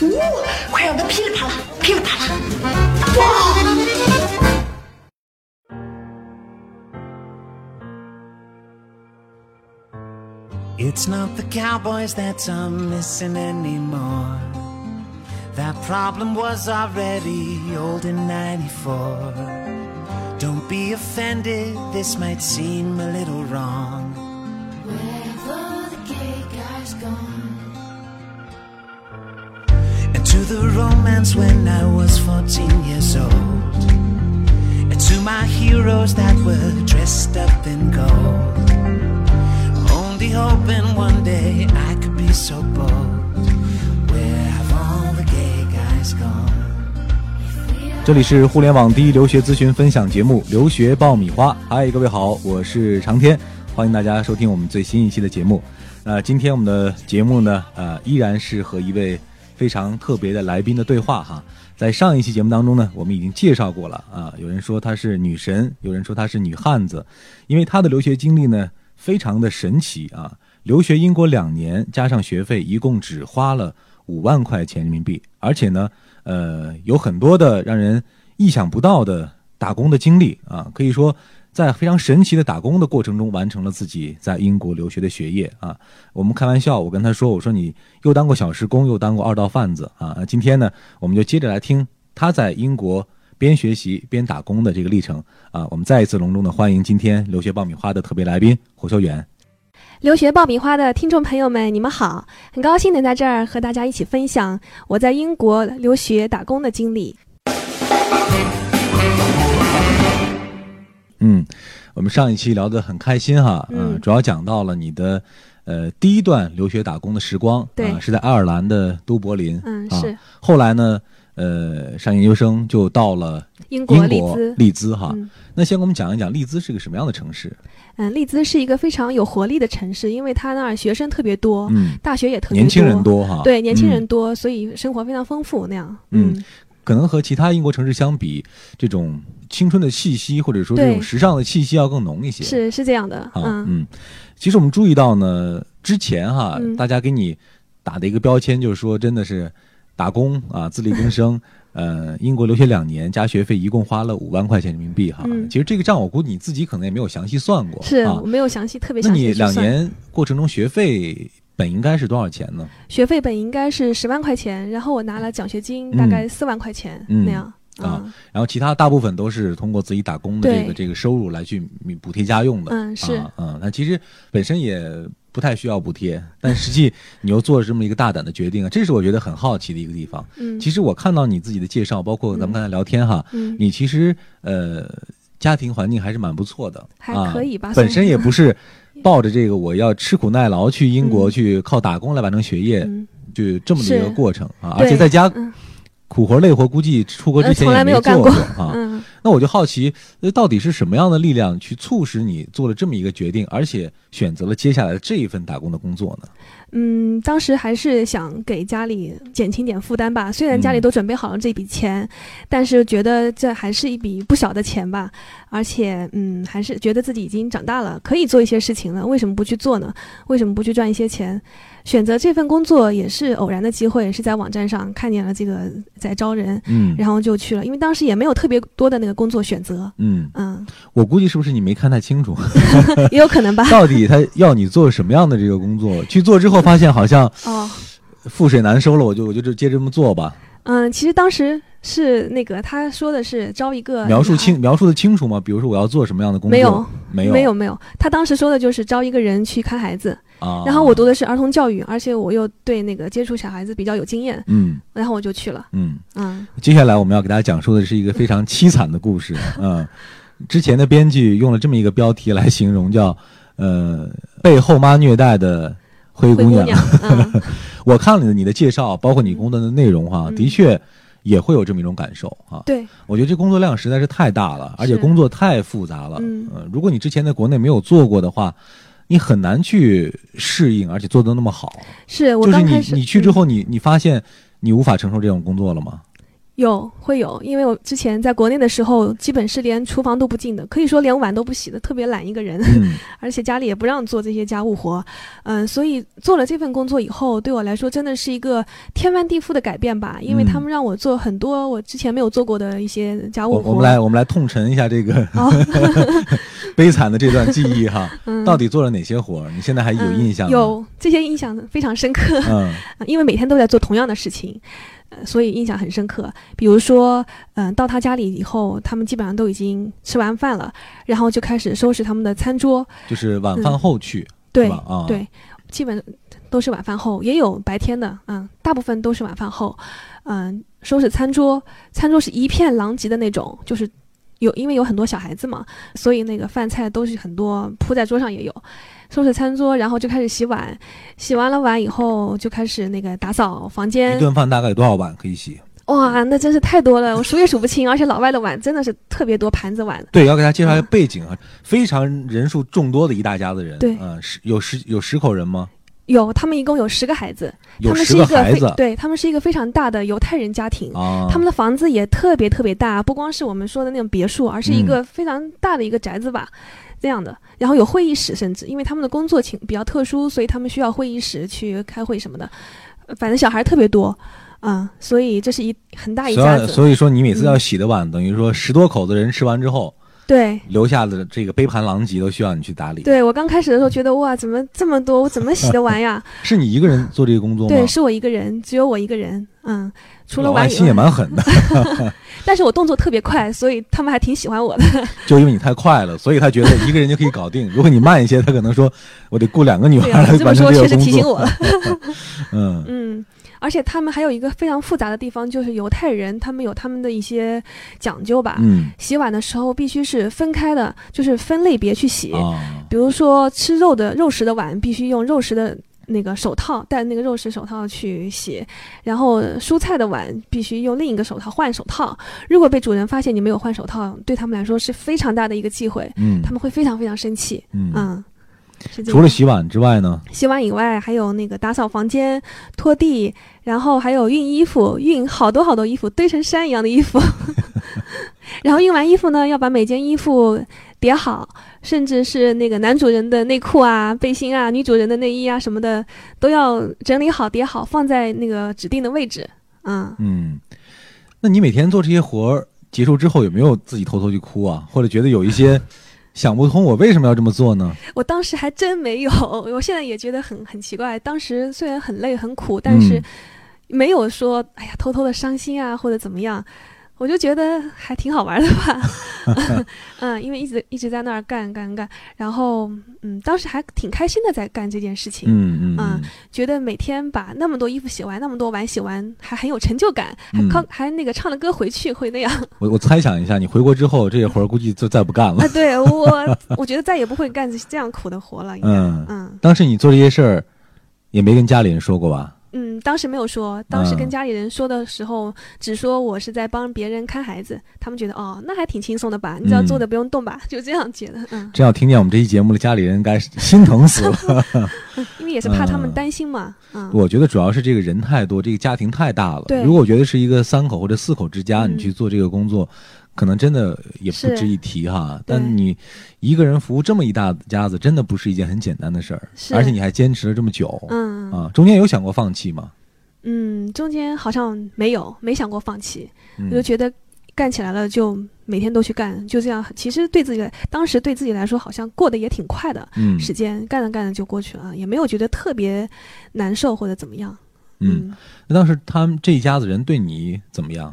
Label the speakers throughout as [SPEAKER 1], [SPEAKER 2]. [SPEAKER 1] 呜、哦，快让它噼里啪啦，噼里啪啦！哇！
[SPEAKER 2] It's not the cowboys that I'm missing anymore. That problem was already old in 94. Don't be offended, this might seem a little wrong.
[SPEAKER 3] Wherever the gay guy's gone.
[SPEAKER 2] And to the romance when I was 14 years old. And to my heroes that were dressed up in gold. Only hoping one day I could be so bold. Where have all the gay guys gone?
[SPEAKER 4] 这里是互联网第一留学咨询分享节目《留学爆米花》。嗨，各位好，我是长天，欢迎大家收听我们最新一期的节目。呃，今天我们的节目呢，呃，依然是和一位非常特别的来宾的对话哈。在上一期节目当中呢，我们已经介绍过了啊、有人说她是女神，有人说她是女汉子，因为她的留学经历呢非常的神奇啊。留学英国两年，加上学费，一共只花了五万块钱人民币，而且呢，呃，有很多的让人意想不到的打工的经历啊，可以说在非常神奇的打工的过程中，完成了自己在英国留学的学业啊。我们开玩笑，我跟他说，我说你又当过小时工，又当过二道贩子啊。那今天呢，我们就接着来听他在英国边学习边打工的这个历程啊。我们再一次隆重的欢迎今天留学爆米花的特别来宾胡修远。
[SPEAKER 5] 留学爆米花的听众朋友们，你们好！很高兴能在这儿和大家一起分享我在英国留学打工的经历。
[SPEAKER 4] 嗯，我们上一期聊得很开心哈，
[SPEAKER 5] 嗯
[SPEAKER 4] 呃主要讲到了你的呃第一段留学打工的时光，
[SPEAKER 5] 对
[SPEAKER 4] 啊是在爱尔兰的都柏林，
[SPEAKER 5] 嗯，
[SPEAKER 4] 啊
[SPEAKER 5] 是
[SPEAKER 4] 后来呢，呃，上研究生就到了
[SPEAKER 5] 英国
[SPEAKER 4] 英
[SPEAKER 5] 利
[SPEAKER 4] 国
[SPEAKER 5] 兹。
[SPEAKER 4] 利兹哈。
[SPEAKER 5] 嗯
[SPEAKER 4] 那先给我们讲一讲利兹是个什么样的城市？
[SPEAKER 5] 嗯，利兹是一个非常有活力的城市，因为它那儿学生特别多，
[SPEAKER 4] 嗯，
[SPEAKER 5] 大学也哦特别多，
[SPEAKER 4] 年轻人多哈。
[SPEAKER 5] 对年轻
[SPEAKER 4] 嗯
[SPEAKER 5] 人多，所以生活非常丰富那样。
[SPEAKER 4] 嗯可能和其他英国城市相比，这种青春的气息或者说这
[SPEAKER 5] 对
[SPEAKER 4] 种时尚的气息要更浓一些。
[SPEAKER 5] 是是这样的，
[SPEAKER 4] 啊，
[SPEAKER 5] 嗯
[SPEAKER 4] 嗯，其实我们注意到呢，之前哈，
[SPEAKER 5] 嗯
[SPEAKER 4] 大家给你打的一个标签就是说，真的是打工 啊，自力更生。呃，英国留学两年，加学费一共花了五万块钱人民币哈。
[SPEAKER 5] 嗯
[SPEAKER 4] 其实这个账我估计你自己可能也没有详细算过，
[SPEAKER 5] 是
[SPEAKER 4] 啊
[SPEAKER 5] 我。没有详细特别
[SPEAKER 4] 那
[SPEAKER 5] 详细
[SPEAKER 4] 你
[SPEAKER 5] 地去
[SPEAKER 4] 两
[SPEAKER 5] 算。
[SPEAKER 4] 年过程中学费本应该是多少钱呢？
[SPEAKER 5] 学费本应该是十万块钱，然后我拿了奖学金，
[SPEAKER 4] 嗯
[SPEAKER 5] 大概四万块钱、
[SPEAKER 4] 嗯
[SPEAKER 5] 那样。
[SPEAKER 4] 啊
[SPEAKER 5] 嗯
[SPEAKER 4] 然后其他大部分都是通过自己打工的这个
[SPEAKER 5] 对
[SPEAKER 4] 这个收入来去补贴家用的。
[SPEAKER 5] 嗯是
[SPEAKER 4] 啊，嗯，那其实本身也不太需要补贴，但实际你又做了这么一个大胆的决定啊，这是我觉得很好奇的一个地方。
[SPEAKER 5] 嗯，
[SPEAKER 4] 其实我看到你自己的介绍，包括咱们刚才聊天哈，
[SPEAKER 5] 嗯
[SPEAKER 4] 你其实呃家庭环境还是蛮不错的，
[SPEAKER 5] 还可以吧
[SPEAKER 4] 啊，
[SPEAKER 5] 算
[SPEAKER 4] 本身也不是抱着这个我要吃苦耐劳去英国去靠打工来完成学业，
[SPEAKER 5] 嗯
[SPEAKER 4] 就这么的一个
[SPEAKER 5] 是
[SPEAKER 4] 过程啊，
[SPEAKER 5] 对
[SPEAKER 4] 而且在家
[SPEAKER 5] 嗯
[SPEAKER 4] 苦活累活，估计出国之
[SPEAKER 5] 呃
[SPEAKER 4] 前
[SPEAKER 5] 从
[SPEAKER 4] 也
[SPEAKER 5] 来没有干
[SPEAKER 4] 做
[SPEAKER 5] 过
[SPEAKER 4] 啊。
[SPEAKER 5] 嗯
[SPEAKER 4] 那我就好奇，那到底是什么样的力量去促使你做了这么一个决定，而且选择了接下来的这一份打工的工作呢？
[SPEAKER 5] 嗯，当时还是想给家里减轻点负担吧。虽然家里
[SPEAKER 4] 嗯
[SPEAKER 5] 都准备好了这笔钱，但是觉得这还是一笔不小的钱吧。而且，嗯，还是觉得自己已经长大了，可以做一些事情了，为什么不去做呢？为什么不去赚一些钱？选择这份工作也是偶然的机会，是在网站上看见了这个在招人，
[SPEAKER 4] 嗯
[SPEAKER 5] 然后就去了。因为当时也没有特别多的那个工作选择，
[SPEAKER 4] 嗯，
[SPEAKER 5] 嗯，
[SPEAKER 4] 我估计是不是你没看太清楚， 。
[SPEAKER 5] 也有可能吧
[SPEAKER 4] 到底他要你做什么样的这个工作？去做之后发现好像
[SPEAKER 5] 哦，
[SPEAKER 4] 覆水难收了，我就我就这接这么做吧。
[SPEAKER 5] 嗯，其实当时是那个他说的是招一个
[SPEAKER 4] 描述
[SPEAKER 5] 男
[SPEAKER 4] 清描述的清楚吗？比如说我要做什么样的工作？
[SPEAKER 5] 呃没有，
[SPEAKER 4] 没有，
[SPEAKER 5] 没有没有，他当时说的就是招一个人去看孩子，
[SPEAKER 4] 啊。
[SPEAKER 5] 然后我读的是儿童教育，而且我又对那个接触小孩子比较有经验，
[SPEAKER 4] 嗯
[SPEAKER 5] 然后我就去了。
[SPEAKER 4] 嗯，
[SPEAKER 5] 嗯，
[SPEAKER 4] 接下来我们要给大家讲述的是一个非常凄惨的 故事。嗯，之前的编剧用了这么一个标题来形容，叫“呃被后妈虐待的灰
[SPEAKER 5] 灰
[SPEAKER 4] 姑
[SPEAKER 5] 姑
[SPEAKER 4] 娘”
[SPEAKER 5] 娘，嗯，
[SPEAKER 4] 我看了你的介绍，包括你工作的内容哈、
[SPEAKER 5] 嗯
[SPEAKER 4] 的确也会有这么一种感受哈、
[SPEAKER 5] 对，
[SPEAKER 4] 我觉得这工作量实在是太大了，而且
[SPEAKER 5] 是
[SPEAKER 4] 工作太复杂了。
[SPEAKER 5] 嗯
[SPEAKER 4] 呃如果你之前在国内没有做过的话，你很难去适应，而且做得那么好。
[SPEAKER 5] 是我
[SPEAKER 4] 就是
[SPEAKER 5] 刚
[SPEAKER 4] 你
[SPEAKER 5] 开始
[SPEAKER 4] 你去之
[SPEAKER 5] 嗯
[SPEAKER 4] 后，你你发现你无法承受这种工作了吗？
[SPEAKER 5] 嗯有会有，因为我之前在国内的时候，基本是连厨房都不进的，可以说连碗都不洗的，特别懒一个人，
[SPEAKER 4] 嗯，
[SPEAKER 5] 而且家里也不让做这些家务活，嗯，所以做了这份工作以后，对我来说真的是一个天翻地覆的改变吧，因为他
[SPEAKER 4] 嗯
[SPEAKER 5] 们让我做很多我之前没有做过的一些家务
[SPEAKER 4] 我
[SPEAKER 5] 活。
[SPEAKER 4] 我们来我们来痛陈一下这个
[SPEAKER 5] 哦，
[SPEAKER 4] 悲惨的这段记忆哈，
[SPEAKER 5] 嗯、
[SPEAKER 4] 到底做了哪些活儿？你现在还有
[SPEAKER 5] 嗯
[SPEAKER 4] 印象吗？
[SPEAKER 5] 有这些印象非常深刻。
[SPEAKER 4] 嗯，
[SPEAKER 5] 呃 因为每天都在做同样的事情，呃，所以印象很深刻。比如说，嗯、到他家里以后，他们基本上都已经吃完饭了，然后就开始收拾他们的餐桌，
[SPEAKER 4] 就是晚饭后去，
[SPEAKER 5] 嗯对
[SPEAKER 4] 是吧？啊，
[SPEAKER 5] 对，基本都是晚饭后，也有白天的，嗯，大部分都是晚饭后，嗯，收拾餐桌，餐桌是一片狼藉的那种，就是。有，因为有很多小孩子嘛，所以那个饭菜都是很多铺在桌上也有，收拾餐桌，然后就开始洗碗，洗完了碗以后就开始那个打扫房间，
[SPEAKER 4] 一顿饭大概有多少碗可以洗？
[SPEAKER 5] 哇，那真是太多了，我数也数不清，而且老外的碗真的是特别多，盘子碗。
[SPEAKER 4] 对，要给大家介绍一下背景啊，非常人数众多的一大家子人，
[SPEAKER 5] 对
[SPEAKER 4] 嗯，十有十有十口人吗？
[SPEAKER 5] 有，他们一共有十个孩子，
[SPEAKER 4] 有
[SPEAKER 5] 他们
[SPEAKER 4] 十
[SPEAKER 5] 是一
[SPEAKER 4] 个
[SPEAKER 5] 个
[SPEAKER 4] 孩
[SPEAKER 5] 非
[SPEAKER 4] 子
[SPEAKER 5] 对他们是一个非常大的犹太人家庭。
[SPEAKER 4] 啊，
[SPEAKER 5] 他们的房子也特别特别大，不光是我们说的那种别墅，而是一个
[SPEAKER 4] 嗯
[SPEAKER 5] 非常大的一个宅子吧，这样的。然后有会议室，甚至因为他们的工作情比较特殊，所以他们需要会议室去开会什么的。呃反正小孩特别多，啊、所以这是一很大一
[SPEAKER 4] 所
[SPEAKER 5] 家
[SPEAKER 4] 以
[SPEAKER 5] 子。
[SPEAKER 4] 啊
[SPEAKER 5] 嗯
[SPEAKER 4] 所以说你每次要洗的碗，等于说十多口子人吃完之后
[SPEAKER 5] 对，
[SPEAKER 4] 留下的这个杯盘狼藉都需要你去打理。，
[SPEAKER 5] 对我刚开始的时候觉得哇，怎么这么多？我怎么洗得 完呀？
[SPEAKER 4] 是你一个人做这个工作吗？
[SPEAKER 5] 对，是我一个人，只有我一个人。嗯，除了
[SPEAKER 4] 老外
[SPEAKER 5] 玩以
[SPEAKER 4] 心也
[SPEAKER 5] 外，
[SPEAKER 4] 蛮狠的，
[SPEAKER 5] 但是我动作特别快，所以他们还挺喜欢我 的。
[SPEAKER 4] 就因为你太快了，所以他觉得一个人就可以搞定。如果你慢一些，他可能说我得雇两个女孩
[SPEAKER 5] 对啊
[SPEAKER 4] 来
[SPEAKER 5] 你这么
[SPEAKER 4] 完成
[SPEAKER 5] 说
[SPEAKER 4] 这个
[SPEAKER 5] 确实
[SPEAKER 4] 工
[SPEAKER 5] 提醒
[SPEAKER 4] 作
[SPEAKER 5] 我了。
[SPEAKER 4] 嗯，
[SPEAKER 5] 嗯，而且他们还有一个非常复杂的地方，就是犹太人他们有他们的一些讲究吧。
[SPEAKER 4] 嗯
[SPEAKER 5] 洗碗的时候必须是分开的，就是分类别去洗。
[SPEAKER 4] 啊，
[SPEAKER 5] 比如说吃肉的肉食的碗，必须用肉食的那个手套，戴那个肉食手套去洗；然后蔬菜的碗必须用另一个手套换手套。如果被主人发现你没有换手套，对他们来说是非常大的一个忌讳，
[SPEAKER 4] 嗯
[SPEAKER 5] 他们会非常非常生气。
[SPEAKER 4] 嗯，
[SPEAKER 5] 嗯，是这
[SPEAKER 4] 除了
[SPEAKER 5] 样
[SPEAKER 4] 洗碗之外呢，
[SPEAKER 5] 洗碗以外，还有那个打扫房间、拖地，然后还有熨衣服，熨好多好多衣服，堆成山一样的衣服。 然后熨完衣服呢，要把每件衣服叠好，甚至是那个男主人的内裤啊、背心啊、女主人的内衣啊什么的，都要整理好、叠好，放在那个指定的位置。嗯，
[SPEAKER 4] 嗯，那你每天做这些活儿结束之后，有没有自己偷偷去哭啊？或者觉得有一 些想不通，我为什么要这么做呢？
[SPEAKER 5] 我当时还真没有， 我现在也觉得很很奇怪。当时虽然很累很苦，但是
[SPEAKER 4] 嗯
[SPEAKER 5] 没有说哎呀偷偷的伤心啊或者怎么样，我就觉得还挺好玩的 吧。嗯，因为一直一直在那儿干干干，然后嗯，当时还挺开心的在干这件事情，
[SPEAKER 4] 嗯嗯
[SPEAKER 5] 啊觉得每天把那么多衣服洗完，那么多碗洗完，还很有成就感，还
[SPEAKER 4] 嗯
[SPEAKER 5] 靠、还那个唱了歌回去会那 样 啊。
[SPEAKER 4] 我我猜想一下，你回国之后这些活儿估计就再不干了。
[SPEAKER 5] 对我，我觉得再也不会干这样苦的活了。应该
[SPEAKER 4] 嗯
[SPEAKER 5] 嗯。
[SPEAKER 4] 当时你做这些事儿，也没跟家里人说过吧？
[SPEAKER 5] 嗯，当时没有说，当时
[SPEAKER 4] 嗯
[SPEAKER 5] 跟家里人说的时候，只说我是在帮别人看孩子，他们觉得哦，那还挺轻松的吧，你只要
[SPEAKER 4] 嗯
[SPEAKER 5] 做的不用动吧，就这样觉得，嗯，
[SPEAKER 4] 真要听见我们这期节目的家里人，该心疼死了。
[SPEAKER 5] 因为也是怕他们
[SPEAKER 4] 嗯
[SPEAKER 5] 担心嘛，嗯，
[SPEAKER 4] 我觉得主要是这个人太多，这个家庭太大了。
[SPEAKER 5] 对
[SPEAKER 4] 如果我觉得是一个三口或者四口之家，
[SPEAKER 5] 嗯
[SPEAKER 4] 你去做这个工作，可能真的也不
[SPEAKER 5] 是
[SPEAKER 4] 值一提哈。
[SPEAKER 5] 对
[SPEAKER 4] 但你一个人服务这么一大家子，真的不是一件很简单的事儿，
[SPEAKER 5] 是
[SPEAKER 4] 而且你还坚持了这么久、
[SPEAKER 5] 嗯
[SPEAKER 4] 啊。中间有想过放弃吗？
[SPEAKER 5] 嗯，中间好像没有没想过放弃，我就
[SPEAKER 4] 嗯
[SPEAKER 5] 觉得干起来了就每天都去干，就这样，其实对自己来当时对自己来说好像过得也挺快的，
[SPEAKER 4] 嗯
[SPEAKER 5] 时间干着干着就过去了，也没有觉得特别难受或者怎么样，
[SPEAKER 4] 嗯。那当时他们这一家子人对你怎么样？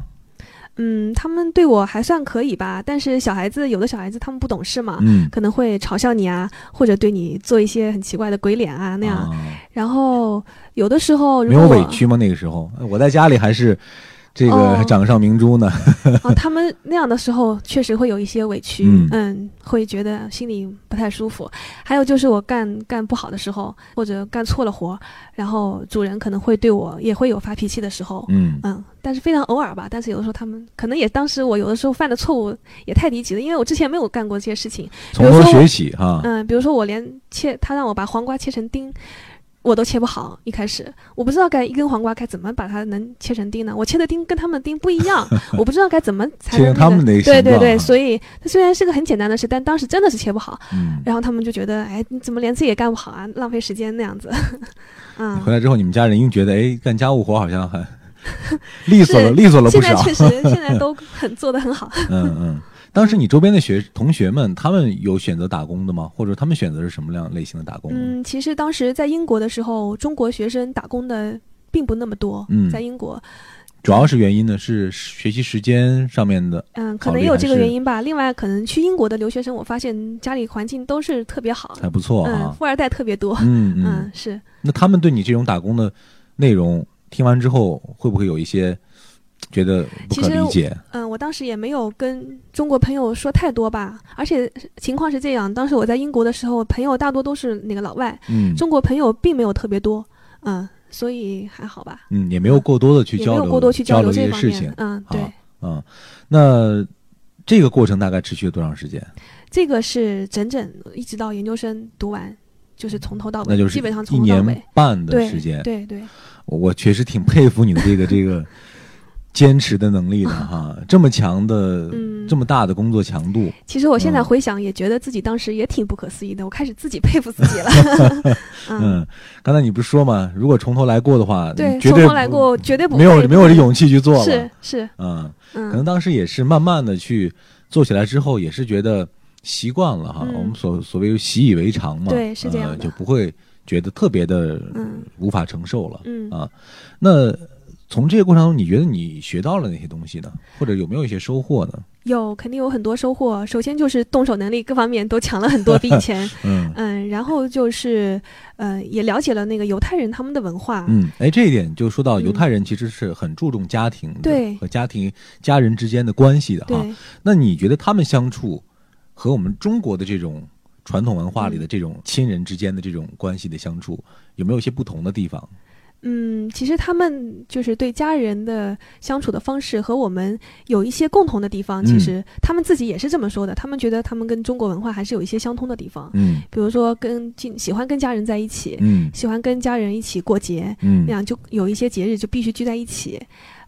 [SPEAKER 5] 嗯，他们对我还算可以吧，但是小孩子有的小孩子他们不懂事嘛，
[SPEAKER 4] 嗯，
[SPEAKER 5] 可能会嘲笑你啊，或者对你做一些很奇怪的鬼脸啊那样。
[SPEAKER 4] 啊
[SPEAKER 5] 然后有的时候
[SPEAKER 4] 没
[SPEAKER 5] 如
[SPEAKER 4] 有
[SPEAKER 5] 果
[SPEAKER 4] 委
[SPEAKER 5] 我
[SPEAKER 4] 屈吗？那个时候我在家里还是这个
[SPEAKER 5] 哦
[SPEAKER 4] 掌上明珠呢？
[SPEAKER 5] 哦，他们那样的时候确实会有一些委屈，
[SPEAKER 4] 嗯
[SPEAKER 5] 嗯会觉得心里不太舒服。还有就是我干干不好的时候，或者干错了活儿，然后主人可能会对我也会有发脾气的时候，
[SPEAKER 4] 嗯
[SPEAKER 5] 嗯，但是非常偶尔吧。但是有的时候他们可能也当时我有的时候犯的错误也太低级了，因为我之前没有干过这些事情。
[SPEAKER 4] 从头学起哈。
[SPEAKER 5] 嗯，比如说我连切，他让我把黄瓜切成丁，我都切不好。一开始我不知道该一根黄瓜该怎么把它能切成丁呢？我切的丁跟他们的丁不一 样，我不知道该怎么才
[SPEAKER 4] 切
[SPEAKER 5] 能、那
[SPEAKER 4] 成他
[SPEAKER 5] 个
[SPEAKER 4] 们的
[SPEAKER 5] 对
[SPEAKER 4] 形
[SPEAKER 5] 对
[SPEAKER 4] 状
[SPEAKER 5] 对，
[SPEAKER 4] 啊
[SPEAKER 5] 所以它虽然是个很简单的事，但当时真的是切不好。
[SPEAKER 4] 嗯，
[SPEAKER 5] 然后他们就觉得，哎，你怎么连自己也干不好啊？浪费时间那样子。 嗯，
[SPEAKER 4] 回来之后，你们家人应觉得，哎，干家务活好 像很利索了，
[SPEAKER 5] 是
[SPEAKER 4] 利索了不
[SPEAKER 5] 现在
[SPEAKER 4] 少。
[SPEAKER 5] 确实现在都很做得很好。
[SPEAKER 4] 嗯嗯。当时你周边的学同学们，他们有选择打工的吗？或者他们选择是什么样类型的打工？
[SPEAKER 5] 嗯，其实当时在英国的时候，中国学生打工的并不那么多。
[SPEAKER 4] 嗯
[SPEAKER 5] 在英国，
[SPEAKER 4] 主要是原因呢是学习时间上面的。
[SPEAKER 5] 嗯，可
[SPEAKER 4] 考
[SPEAKER 5] 能
[SPEAKER 4] 虑
[SPEAKER 5] 也有
[SPEAKER 4] 还
[SPEAKER 5] 这个
[SPEAKER 4] 是
[SPEAKER 5] 原因吧。另外，可能去英国的留学生，我发现家里环境都是特别好，
[SPEAKER 4] 还不错
[SPEAKER 5] 嗯，
[SPEAKER 4] 啊，
[SPEAKER 5] 富二代特别多，
[SPEAKER 4] 嗯嗯
[SPEAKER 5] 嗯，是，
[SPEAKER 4] 那他们对你这种打工的内容听完之后，会不会有一些觉得不可理解？
[SPEAKER 5] 嗯，我当时也没有跟中国朋友说太多吧，而且情况是这样，当时我在英国的时候，朋友大多都是那个老外，
[SPEAKER 4] 嗯
[SPEAKER 5] 中国朋友并没有特别多，嗯，所以还好吧，
[SPEAKER 4] 嗯，也没有过多的去
[SPEAKER 5] 也没
[SPEAKER 4] 交
[SPEAKER 5] 有
[SPEAKER 4] 流，
[SPEAKER 5] 过多去
[SPEAKER 4] 交
[SPEAKER 5] 流
[SPEAKER 4] 这
[SPEAKER 5] 这
[SPEAKER 4] 些
[SPEAKER 5] 方
[SPEAKER 4] 事情
[SPEAKER 5] 面，嗯，对。
[SPEAKER 4] 啊嗯，那这个过程大概持续了多长
[SPEAKER 5] 嗯
[SPEAKER 4] 时间？
[SPEAKER 5] 这个是整整一直到研究生读完，就是从头到
[SPEAKER 4] 那
[SPEAKER 5] 尾，
[SPEAKER 4] 就是
[SPEAKER 5] 哦基本上
[SPEAKER 4] 一
[SPEAKER 5] 从头到
[SPEAKER 4] 年
[SPEAKER 5] 尾。
[SPEAKER 4] 半的
[SPEAKER 5] 对
[SPEAKER 4] 时间。
[SPEAKER 5] 对对，
[SPEAKER 4] 我我确实挺佩服你的这个这 个坚持的能力的哈，这么强的、
[SPEAKER 5] 嗯
[SPEAKER 4] 这么大的工作强度，
[SPEAKER 5] 其实我现在
[SPEAKER 4] 嗯
[SPEAKER 5] 回想，也觉得自己当时也挺不可思议的，我开始自己 佩服自己 了。嗯，
[SPEAKER 4] 嗯，刚才你不是说嘛，如果从头来过的话，
[SPEAKER 5] 对，
[SPEAKER 4] 你绝
[SPEAKER 5] 从
[SPEAKER 4] 对
[SPEAKER 5] 头来过，绝对不
[SPEAKER 4] 没有
[SPEAKER 5] 会
[SPEAKER 4] 没有这勇气去做
[SPEAKER 5] 是
[SPEAKER 4] 了，
[SPEAKER 5] 是，
[SPEAKER 4] 嗯，可能
[SPEAKER 5] 嗯
[SPEAKER 4] 当时也是慢慢的去做起来之后，也是觉得习惯了哈，
[SPEAKER 5] 嗯
[SPEAKER 4] 我们所所谓习以为常嘛，
[SPEAKER 5] 对是这样
[SPEAKER 4] 呃，
[SPEAKER 5] 的
[SPEAKER 4] 就不会觉得特别的
[SPEAKER 5] 嗯
[SPEAKER 4] 无法承受了。
[SPEAKER 5] 嗯
[SPEAKER 4] 啊，那从这个过程中，你觉得你学到了哪些东西呢？或者有没有一些收获呢？
[SPEAKER 5] 有肯定有很多收获。首先就是动手能力各方面都强了很多，比 以前。
[SPEAKER 4] 嗯
[SPEAKER 5] 嗯，然后就是，呃，也了解了那个犹太人他们的文化。
[SPEAKER 4] 嗯，哎，这一点就说到犹
[SPEAKER 5] 嗯
[SPEAKER 4] 太人其实是很注重家庭的
[SPEAKER 5] 对
[SPEAKER 4] 和家庭家人之间的关系的哈。
[SPEAKER 5] 对，
[SPEAKER 4] 那你觉得他们相处和我们中国的这种传统文化里的这种亲人之间的这种关系的相处，有没有一些不同的地方？
[SPEAKER 5] 嗯，其实他们就是对家人的相处的方式和我们有一些共同的地方。
[SPEAKER 4] 嗯
[SPEAKER 5] 其实他们自己也是这么说的，他们觉得他们跟中国文化还是有一些相通的地方，
[SPEAKER 4] 嗯
[SPEAKER 5] 比如说跟近喜欢跟家人在一起，
[SPEAKER 4] 嗯
[SPEAKER 5] 喜欢跟家人一起过节，那
[SPEAKER 4] 嗯
[SPEAKER 5] 样就有一些节日就必须聚在一起。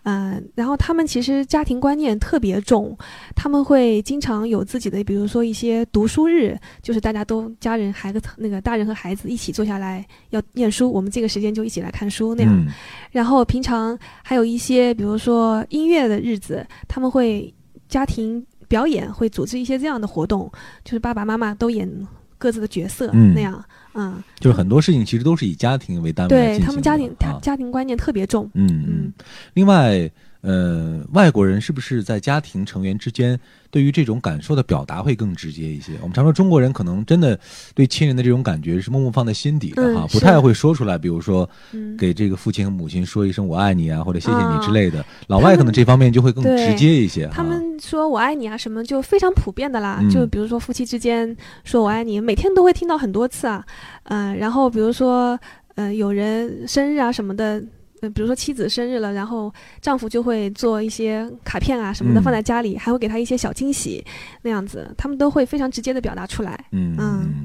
[SPEAKER 5] 嗯、然后他们其实家庭观念特别重，他们会经常有自己的，比如说一些读书日，就是大家都家人孩子那个大人和孩子一起坐下来要念书，我们这个时间就一起来看书那样。
[SPEAKER 4] 嗯
[SPEAKER 5] 然后平常还有一些，比如说音乐的日子，他们会家庭表演，会组织一些这样的活动，就是爸爸妈妈都演各自的角色、
[SPEAKER 4] 嗯
[SPEAKER 5] 那样。嗯，
[SPEAKER 4] 就是很多事情其实都是以家庭为单位来进
[SPEAKER 5] 对
[SPEAKER 4] 行的
[SPEAKER 5] 他们家庭，他
[SPEAKER 4] 啊
[SPEAKER 5] 家庭观念特别重。
[SPEAKER 4] 嗯嗯
[SPEAKER 5] 嗯。
[SPEAKER 4] 另外，呃，外国人是不是在家庭成员之间对于这种感受的表达会更直接一些？我们常说中国人可能真的对亲人的这种感觉是默默放在心底的
[SPEAKER 5] 嗯
[SPEAKER 4] 哈，
[SPEAKER 5] 是
[SPEAKER 4] 不太会说出来。比如说，
[SPEAKER 5] 嗯，
[SPEAKER 4] 给这个父亲和母亲说一声我爱你啊，或者谢谢你
[SPEAKER 5] 啊
[SPEAKER 4] 之类的。老外可能这方面就会更
[SPEAKER 5] 对
[SPEAKER 4] 直接一些哈。
[SPEAKER 5] 他们说我爱你啊什么，就非常普遍的啦。
[SPEAKER 4] 啊嗯
[SPEAKER 5] 就比如说夫妻之间说我爱你，每天都会听到很多次啊。嗯、然后比如说，呃，有人生日啊什么的。呃，比如说妻子生日了，然后丈夫就会做一些卡片啊什么的
[SPEAKER 4] 嗯
[SPEAKER 5] 放在家里，还会给她一些小惊喜，那样子，他们都会非常直接的表达出来。
[SPEAKER 4] 嗯
[SPEAKER 5] 嗯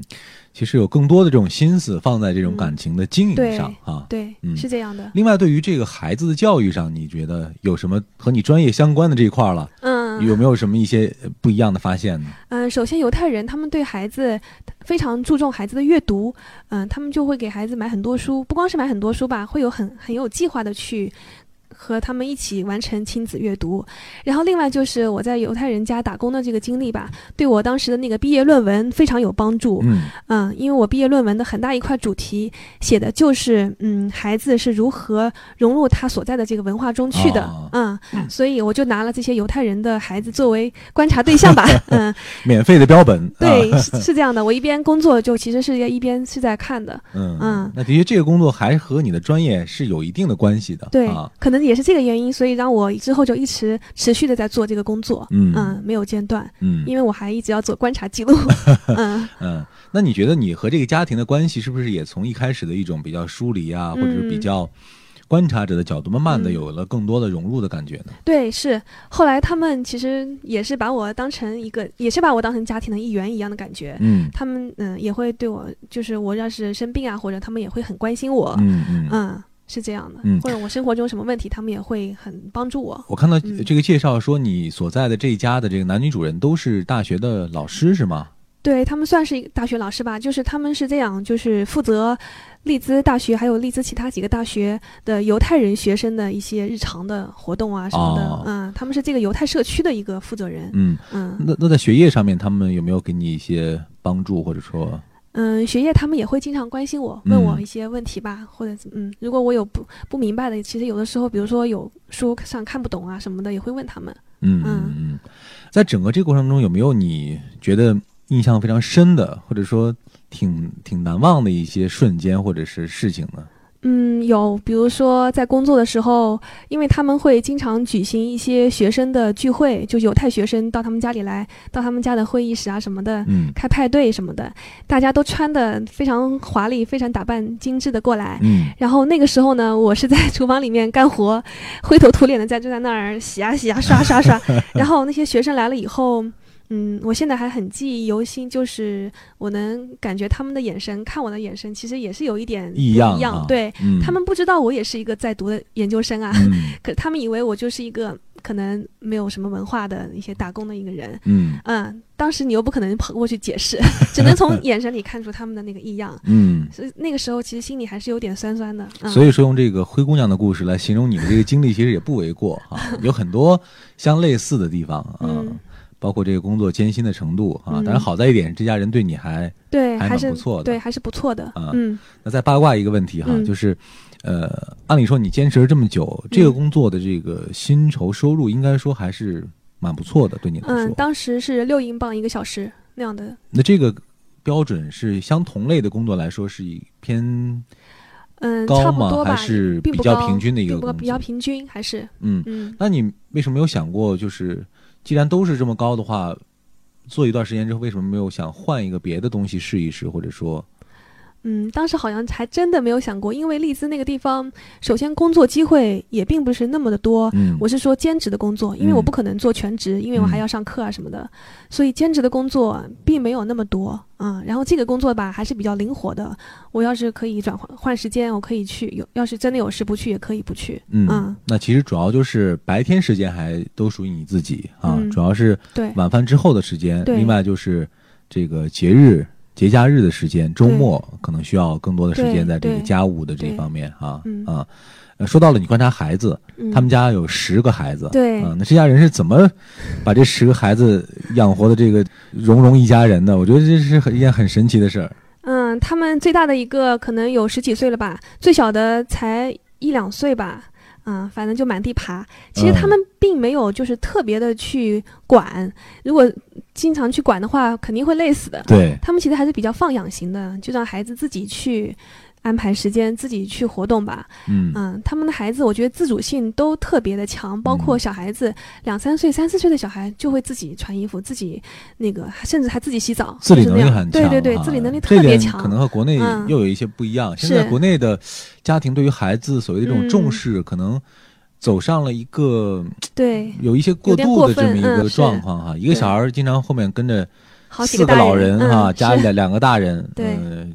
[SPEAKER 4] 其实有更多的这种心思放在这种感情的经营
[SPEAKER 5] 对
[SPEAKER 4] 上、啊。
[SPEAKER 5] 对，
[SPEAKER 4] 嗯
[SPEAKER 5] 是这样的。
[SPEAKER 4] 另外，对于这个孩子的教育上，你觉得有什么和你专业相关的这一块儿了？
[SPEAKER 5] 嗯，
[SPEAKER 4] 有没有什么一些呃不一样的发现呢？
[SPEAKER 5] 嗯，首先犹太人他们对孩子非常注重孩子的阅读，嗯，他们就会给孩子买很多书，不光是买很多书吧，会有很很有计划的去。和他们一起完成亲子阅读，然后另外就是我在犹太人家打工的这个经历吧，对我当时的那个毕业论文非常有帮助。
[SPEAKER 4] 嗯
[SPEAKER 5] 嗯，因为我毕业论文的很大一块主题写的就是，嗯，孩子是如何融入他所在的这个文化中去的，
[SPEAKER 4] 哦
[SPEAKER 5] 嗯，所以我就拿了这些犹太人的孩子作为观察对象吧，嗯，
[SPEAKER 4] 免费的标本。
[SPEAKER 5] 对
[SPEAKER 4] 啊、，
[SPEAKER 5] 是是这样的。我一边工作就其实是一边是在看的，
[SPEAKER 4] 嗯
[SPEAKER 5] 嗯
[SPEAKER 4] 那的确这个工作还和你的专业是有一定的关系的。
[SPEAKER 5] 对，
[SPEAKER 4] 啊，
[SPEAKER 5] 可能也是这个原因，所以让我之后就一直持续的在做这个工作，
[SPEAKER 4] 嗯
[SPEAKER 5] 没有间断，
[SPEAKER 4] 嗯
[SPEAKER 5] 因为我还一直要做观察记 录，嗯，
[SPEAKER 4] 嗯，那你觉得你和这个家庭的关系是不是也从一开始的一种比较疏离啊，或者是比
[SPEAKER 5] 嗯
[SPEAKER 4] 较观察者的角度，慢慢的
[SPEAKER 5] 嗯
[SPEAKER 4] 有了更多的融入的感觉呢？
[SPEAKER 5] 对，是后来他们其实也是把我当成一个，也是把我当成家庭的一员一样的感觉，
[SPEAKER 4] 嗯
[SPEAKER 5] 他们嗯也会对我，就是我要是生病啊，或者他们也会很关心我，
[SPEAKER 4] 嗯嗯。
[SPEAKER 5] 嗯，是这样的，
[SPEAKER 4] 嗯
[SPEAKER 5] 或者我生活中有什么问题，他们也会很帮助我。
[SPEAKER 4] 我看到
[SPEAKER 5] 嗯
[SPEAKER 4] 这个介绍说，你所在的这一家的这个男女主人都是大学的老师是吗？
[SPEAKER 5] 对他们算是一个大学老师吧，就是他们是这样，就是负责利兹大学还有利兹其他几个大学的犹太人学生的一些日常的活动啊什么的，
[SPEAKER 4] 哦
[SPEAKER 5] 嗯，他们是这个犹太社区的一个负责人，
[SPEAKER 4] 嗯，
[SPEAKER 5] 嗯
[SPEAKER 4] 那那在学业上面，他们有没有给你一些帮助，或者说，
[SPEAKER 5] 嗯，学业他们也会经常关心我，问
[SPEAKER 4] 嗯
[SPEAKER 5] 我一些问题吧，或者怎么嗯，如果我有不不明白的，其实有的时候，比如说有书上看不懂啊什么的，也会问他们。
[SPEAKER 4] 嗯
[SPEAKER 5] 嗯
[SPEAKER 4] 嗯，在整个这个过程中，有没有你觉得印象非常深的，或者说挺挺难忘的一些瞬间或者是事情呢？
[SPEAKER 5] 嗯，有，比如说在工作的时候，因为他们会经常举行一些学生的聚会，就犹太学生到他们家里来，到他们家的会议室啊什么的，
[SPEAKER 4] 嗯
[SPEAKER 5] 开派对什么的，大家都穿的非常华丽，非常打扮精致的过来。
[SPEAKER 4] 嗯
[SPEAKER 5] 然后那个时候呢，我是在厨房里面干活，灰头土脸的在就在那儿洗啊洗啊刷刷 刷。然后那些学生来了以后，嗯，我现在还很记忆犹新，就是我能感觉他们的眼神，看我的眼神，其实也是有一点不
[SPEAKER 4] 异样啊
[SPEAKER 5] 对，
[SPEAKER 4] 嗯，
[SPEAKER 5] 他们不知道我也是一个在读的研究生啊，
[SPEAKER 4] 嗯
[SPEAKER 5] 可他们以为我就是一个可能没有什么文化的一些打工的一个人。
[SPEAKER 4] 嗯
[SPEAKER 5] 嗯，当时你又不可能跑过去解释， 只能从眼神里看出他们的那个异 样。
[SPEAKER 4] 嗯，
[SPEAKER 5] 所以那个时候其实心里还是有点酸酸的。嗯、
[SPEAKER 4] 所以说用这个灰姑娘的故事来形容你的这个经历，其实也不为过 啊，有很多相类似的地方啊。
[SPEAKER 5] 嗯
[SPEAKER 4] 包括这个工作艰辛的程度啊，
[SPEAKER 5] 嗯
[SPEAKER 4] 当然好在一点，这家人对你还
[SPEAKER 5] 对，
[SPEAKER 4] 还
[SPEAKER 5] 还
[SPEAKER 4] 蛮
[SPEAKER 5] 是
[SPEAKER 4] 不错的
[SPEAKER 5] 对，还是不错的。
[SPEAKER 4] 啊
[SPEAKER 5] 嗯
[SPEAKER 4] 那再八卦一个问题哈，
[SPEAKER 5] 嗯
[SPEAKER 4] 就是，呃，按理说你坚持了这么久，这个工作的这个薪酬收入应该说还是蛮不错的，对你来说。
[SPEAKER 5] 嗯，当时是六英镑一个小时那样的。
[SPEAKER 4] 那这个标准是相同类的工作来说是以偏
[SPEAKER 5] 嗯，
[SPEAKER 4] 高
[SPEAKER 5] 差不
[SPEAKER 4] 吗
[SPEAKER 5] 多吧，
[SPEAKER 4] 还是
[SPEAKER 5] 并
[SPEAKER 4] 比
[SPEAKER 5] 不
[SPEAKER 4] 较
[SPEAKER 5] 高
[SPEAKER 4] 平均的一个
[SPEAKER 5] 并不高
[SPEAKER 4] 工
[SPEAKER 5] 比较
[SPEAKER 4] 资
[SPEAKER 5] 平均，还是
[SPEAKER 4] 嗯，
[SPEAKER 5] 嗯
[SPEAKER 4] 那你为什么没有想过，就是既然都是这么高的话，做一段时间之后，为什么没有想换一个别的东西试一试，或者说，
[SPEAKER 5] 嗯，当时好像还真的没有想过，因为利兹那个地方，首先工作机会也并不是那么的多。
[SPEAKER 4] 嗯，
[SPEAKER 5] 我是说兼职的工作，因为我
[SPEAKER 4] 嗯
[SPEAKER 5] 不可能做全职，因为我还
[SPEAKER 4] 嗯
[SPEAKER 5] 要上课啊什么的，所以兼职的工作并没有那么多嗯。然后这个工作吧还是比较灵活的，我要是可以转换换时间，我可以去；有要是真的有事不去，也可以不去。
[SPEAKER 4] 嗯，
[SPEAKER 5] 嗯
[SPEAKER 4] 那其实主要就是白天时间还都属于你自己啊，
[SPEAKER 5] 嗯
[SPEAKER 4] 主要是
[SPEAKER 5] 对，
[SPEAKER 4] 晚饭之后的时间，
[SPEAKER 5] 对
[SPEAKER 4] 另外就是这个节日、节假日的时间，周末可能需要更多的时间
[SPEAKER 5] 对
[SPEAKER 4] 在这个
[SPEAKER 5] 对
[SPEAKER 4] 家务的这
[SPEAKER 5] 对
[SPEAKER 4] 方面啊
[SPEAKER 5] 嗯
[SPEAKER 4] 啊。呃说到了你观察孩子，
[SPEAKER 5] 嗯、
[SPEAKER 4] 他们家有十个孩子，
[SPEAKER 5] 对
[SPEAKER 4] 啊，那这家人是怎么把这十个孩子养活的这个融融一家人的？我觉得这是很一件很神奇的事儿。
[SPEAKER 5] 嗯，他们最大的一个可能有十几岁了吧，最小的才一两岁吧。嗯，反正就满地爬。其实他
[SPEAKER 4] 嗯
[SPEAKER 5] 们并没有就是特别的去管，如果经常去管的话，肯定会累死的。
[SPEAKER 4] 对，
[SPEAKER 5] 他们其实还是比较放养型的，就让孩子自己去安排时间，自己去活动吧。
[SPEAKER 4] 嗯
[SPEAKER 5] 嗯，他们的孩子我觉得自主性都特别的强，包括
[SPEAKER 4] 嗯
[SPEAKER 5] 小孩子两三岁、三四岁的小孩就会自己穿衣服，自己那个，甚至还自己洗澡，
[SPEAKER 4] 自理
[SPEAKER 5] 就是
[SPEAKER 4] 能
[SPEAKER 5] 那
[SPEAKER 4] 力
[SPEAKER 5] 样
[SPEAKER 4] 很强
[SPEAKER 5] 对
[SPEAKER 4] 啊，
[SPEAKER 5] 对对，自理能力
[SPEAKER 4] 这
[SPEAKER 5] 特别
[SPEAKER 4] 点
[SPEAKER 5] 强。
[SPEAKER 4] 可能和国内
[SPEAKER 5] 嗯
[SPEAKER 4] 又有一些不一样。现
[SPEAKER 5] 是
[SPEAKER 4] 在国内的家庭对于孩子所谓的这种
[SPEAKER 5] 嗯
[SPEAKER 4] 重视，可能走上了一个
[SPEAKER 5] 对，
[SPEAKER 4] 有一些过
[SPEAKER 5] 点
[SPEAKER 4] 度
[SPEAKER 5] 过
[SPEAKER 4] 的这么
[SPEAKER 5] 分
[SPEAKER 4] 一
[SPEAKER 5] 嗯
[SPEAKER 4] 个
[SPEAKER 5] 是
[SPEAKER 4] 状况哈。一个
[SPEAKER 5] 对
[SPEAKER 4] 小孩儿经常后面跟着
[SPEAKER 5] 好几
[SPEAKER 4] 四
[SPEAKER 5] 大
[SPEAKER 4] 老人啊哈，
[SPEAKER 5] 嗯、
[SPEAKER 4] 加
[SPEAKER 5] 是
[SPEAKER 4] 两两个大人，
[SPEAKER 5] 对
[SPEAKER 4] 呃，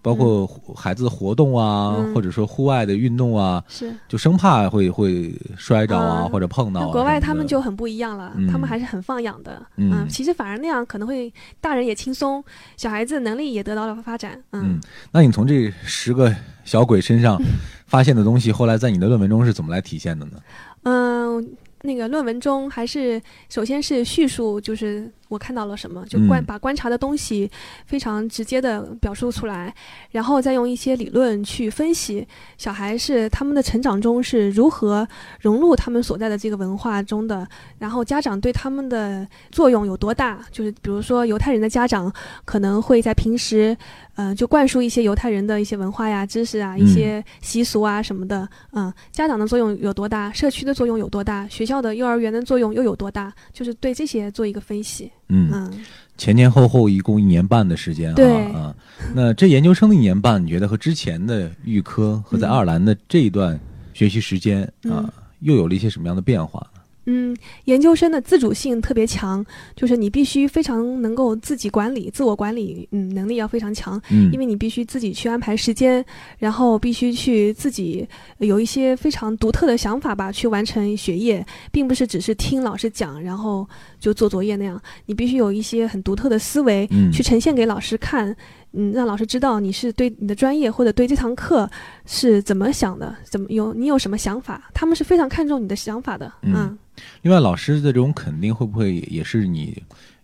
[SPEAKER 4] 包括活孩子的活动啊，
[SPEAKER 5] 嗯
[SPEAKER 4] 或者说户外的运动啊，
[SPEAKER 5] 是。
[SPEAKER 4] 就生怕会会摔着啊、
[SPEAKER 5] 啊
[SPEAKER 4] 或者碰到、
[SPEAKER 5] 那
[SPEAKER 4] 啊。
[SPEAKER 5] 国外
[SPEAKER 4] 什么
[SPEAKER 5] 他们
[SPEAKER 4] 的
[SPEAKER 5] 就很不一样了，
[SPEAKER 4] 嗯
[SPEAKER 5] 他们还是很放养的。
[SPEAKER 4] 嗯
[SPEAKER 5] 其实反而那样可能会大人也轻松，小孩子能力也得到了发展。
[SPEAKER 4] 嗯，那你从这十个小鬼身
[SPEAKER 5] 嗯
[SPEAKER 4] 上发现的东西，后来在你的论文中是怎么来体现的呢？
[SPEAKER 5] 嗯，那个论文中还是首先是叙述，就是我看到了什么，就观
[SPEAKER 4] 嗯
[SPEAKER 5] 把观察的东西非常直接的表述出来，然后再用一些理论去分析小孩是他们的成长中是如何融入他们所在的这个文化中的，然后家长对他们的作用有多大？就是比如说犹太人的家长可能会在平时，嗯、就灌输一些犹太人的一些文化呀、知识啊、一些习俗啊什么的，嗯、家长的作用有多大？社区的作用有多大？学校的、幼儿园的作用又有多大？就是对这些做一个分析，
[SPEAKER 4] 嗯，
[SPEAKER 5] 嗯。
[SPEAKER 4] 前前后后一共一年半的时间
[SPEAKER 5] 对
[SPEAKER 4] 啊啊。那这研究生的一年半，你觉得和之前的预科和在
[SPEAKER 5] 嗯
[SPEAKER 4] 爱尔兰的这一段学习时间啊
[SPEAKER 5] 嗯，
[SPEAKER 4] 又有了一些什么样的变化？
[SPEAKER 5] 嗯，研究生的自主性特别强，就是你必须非常能够自己管理、自我管理，嗯，能力要非常强。
[SPEAKER 4] 嗯
[SPEAKER 5] 因为你必须自己去安排时间，然后必须去自己有一些非常独特的想法吧，去完成学业，并不是只是听老师讲，然后就做作业那样。你必须有一些很独特的思维，
[SPEAKER 4] 嗯
[SPEAKER 5] 去呈现给老师看，嗯，让老师知道你是对你的专业或者对这堂课是怎么想的，怎么有你有什么想法，他们是非常看重你的想法的，
[SPEAKER 4] 嗯另外，老师的这种肯定会不会也是你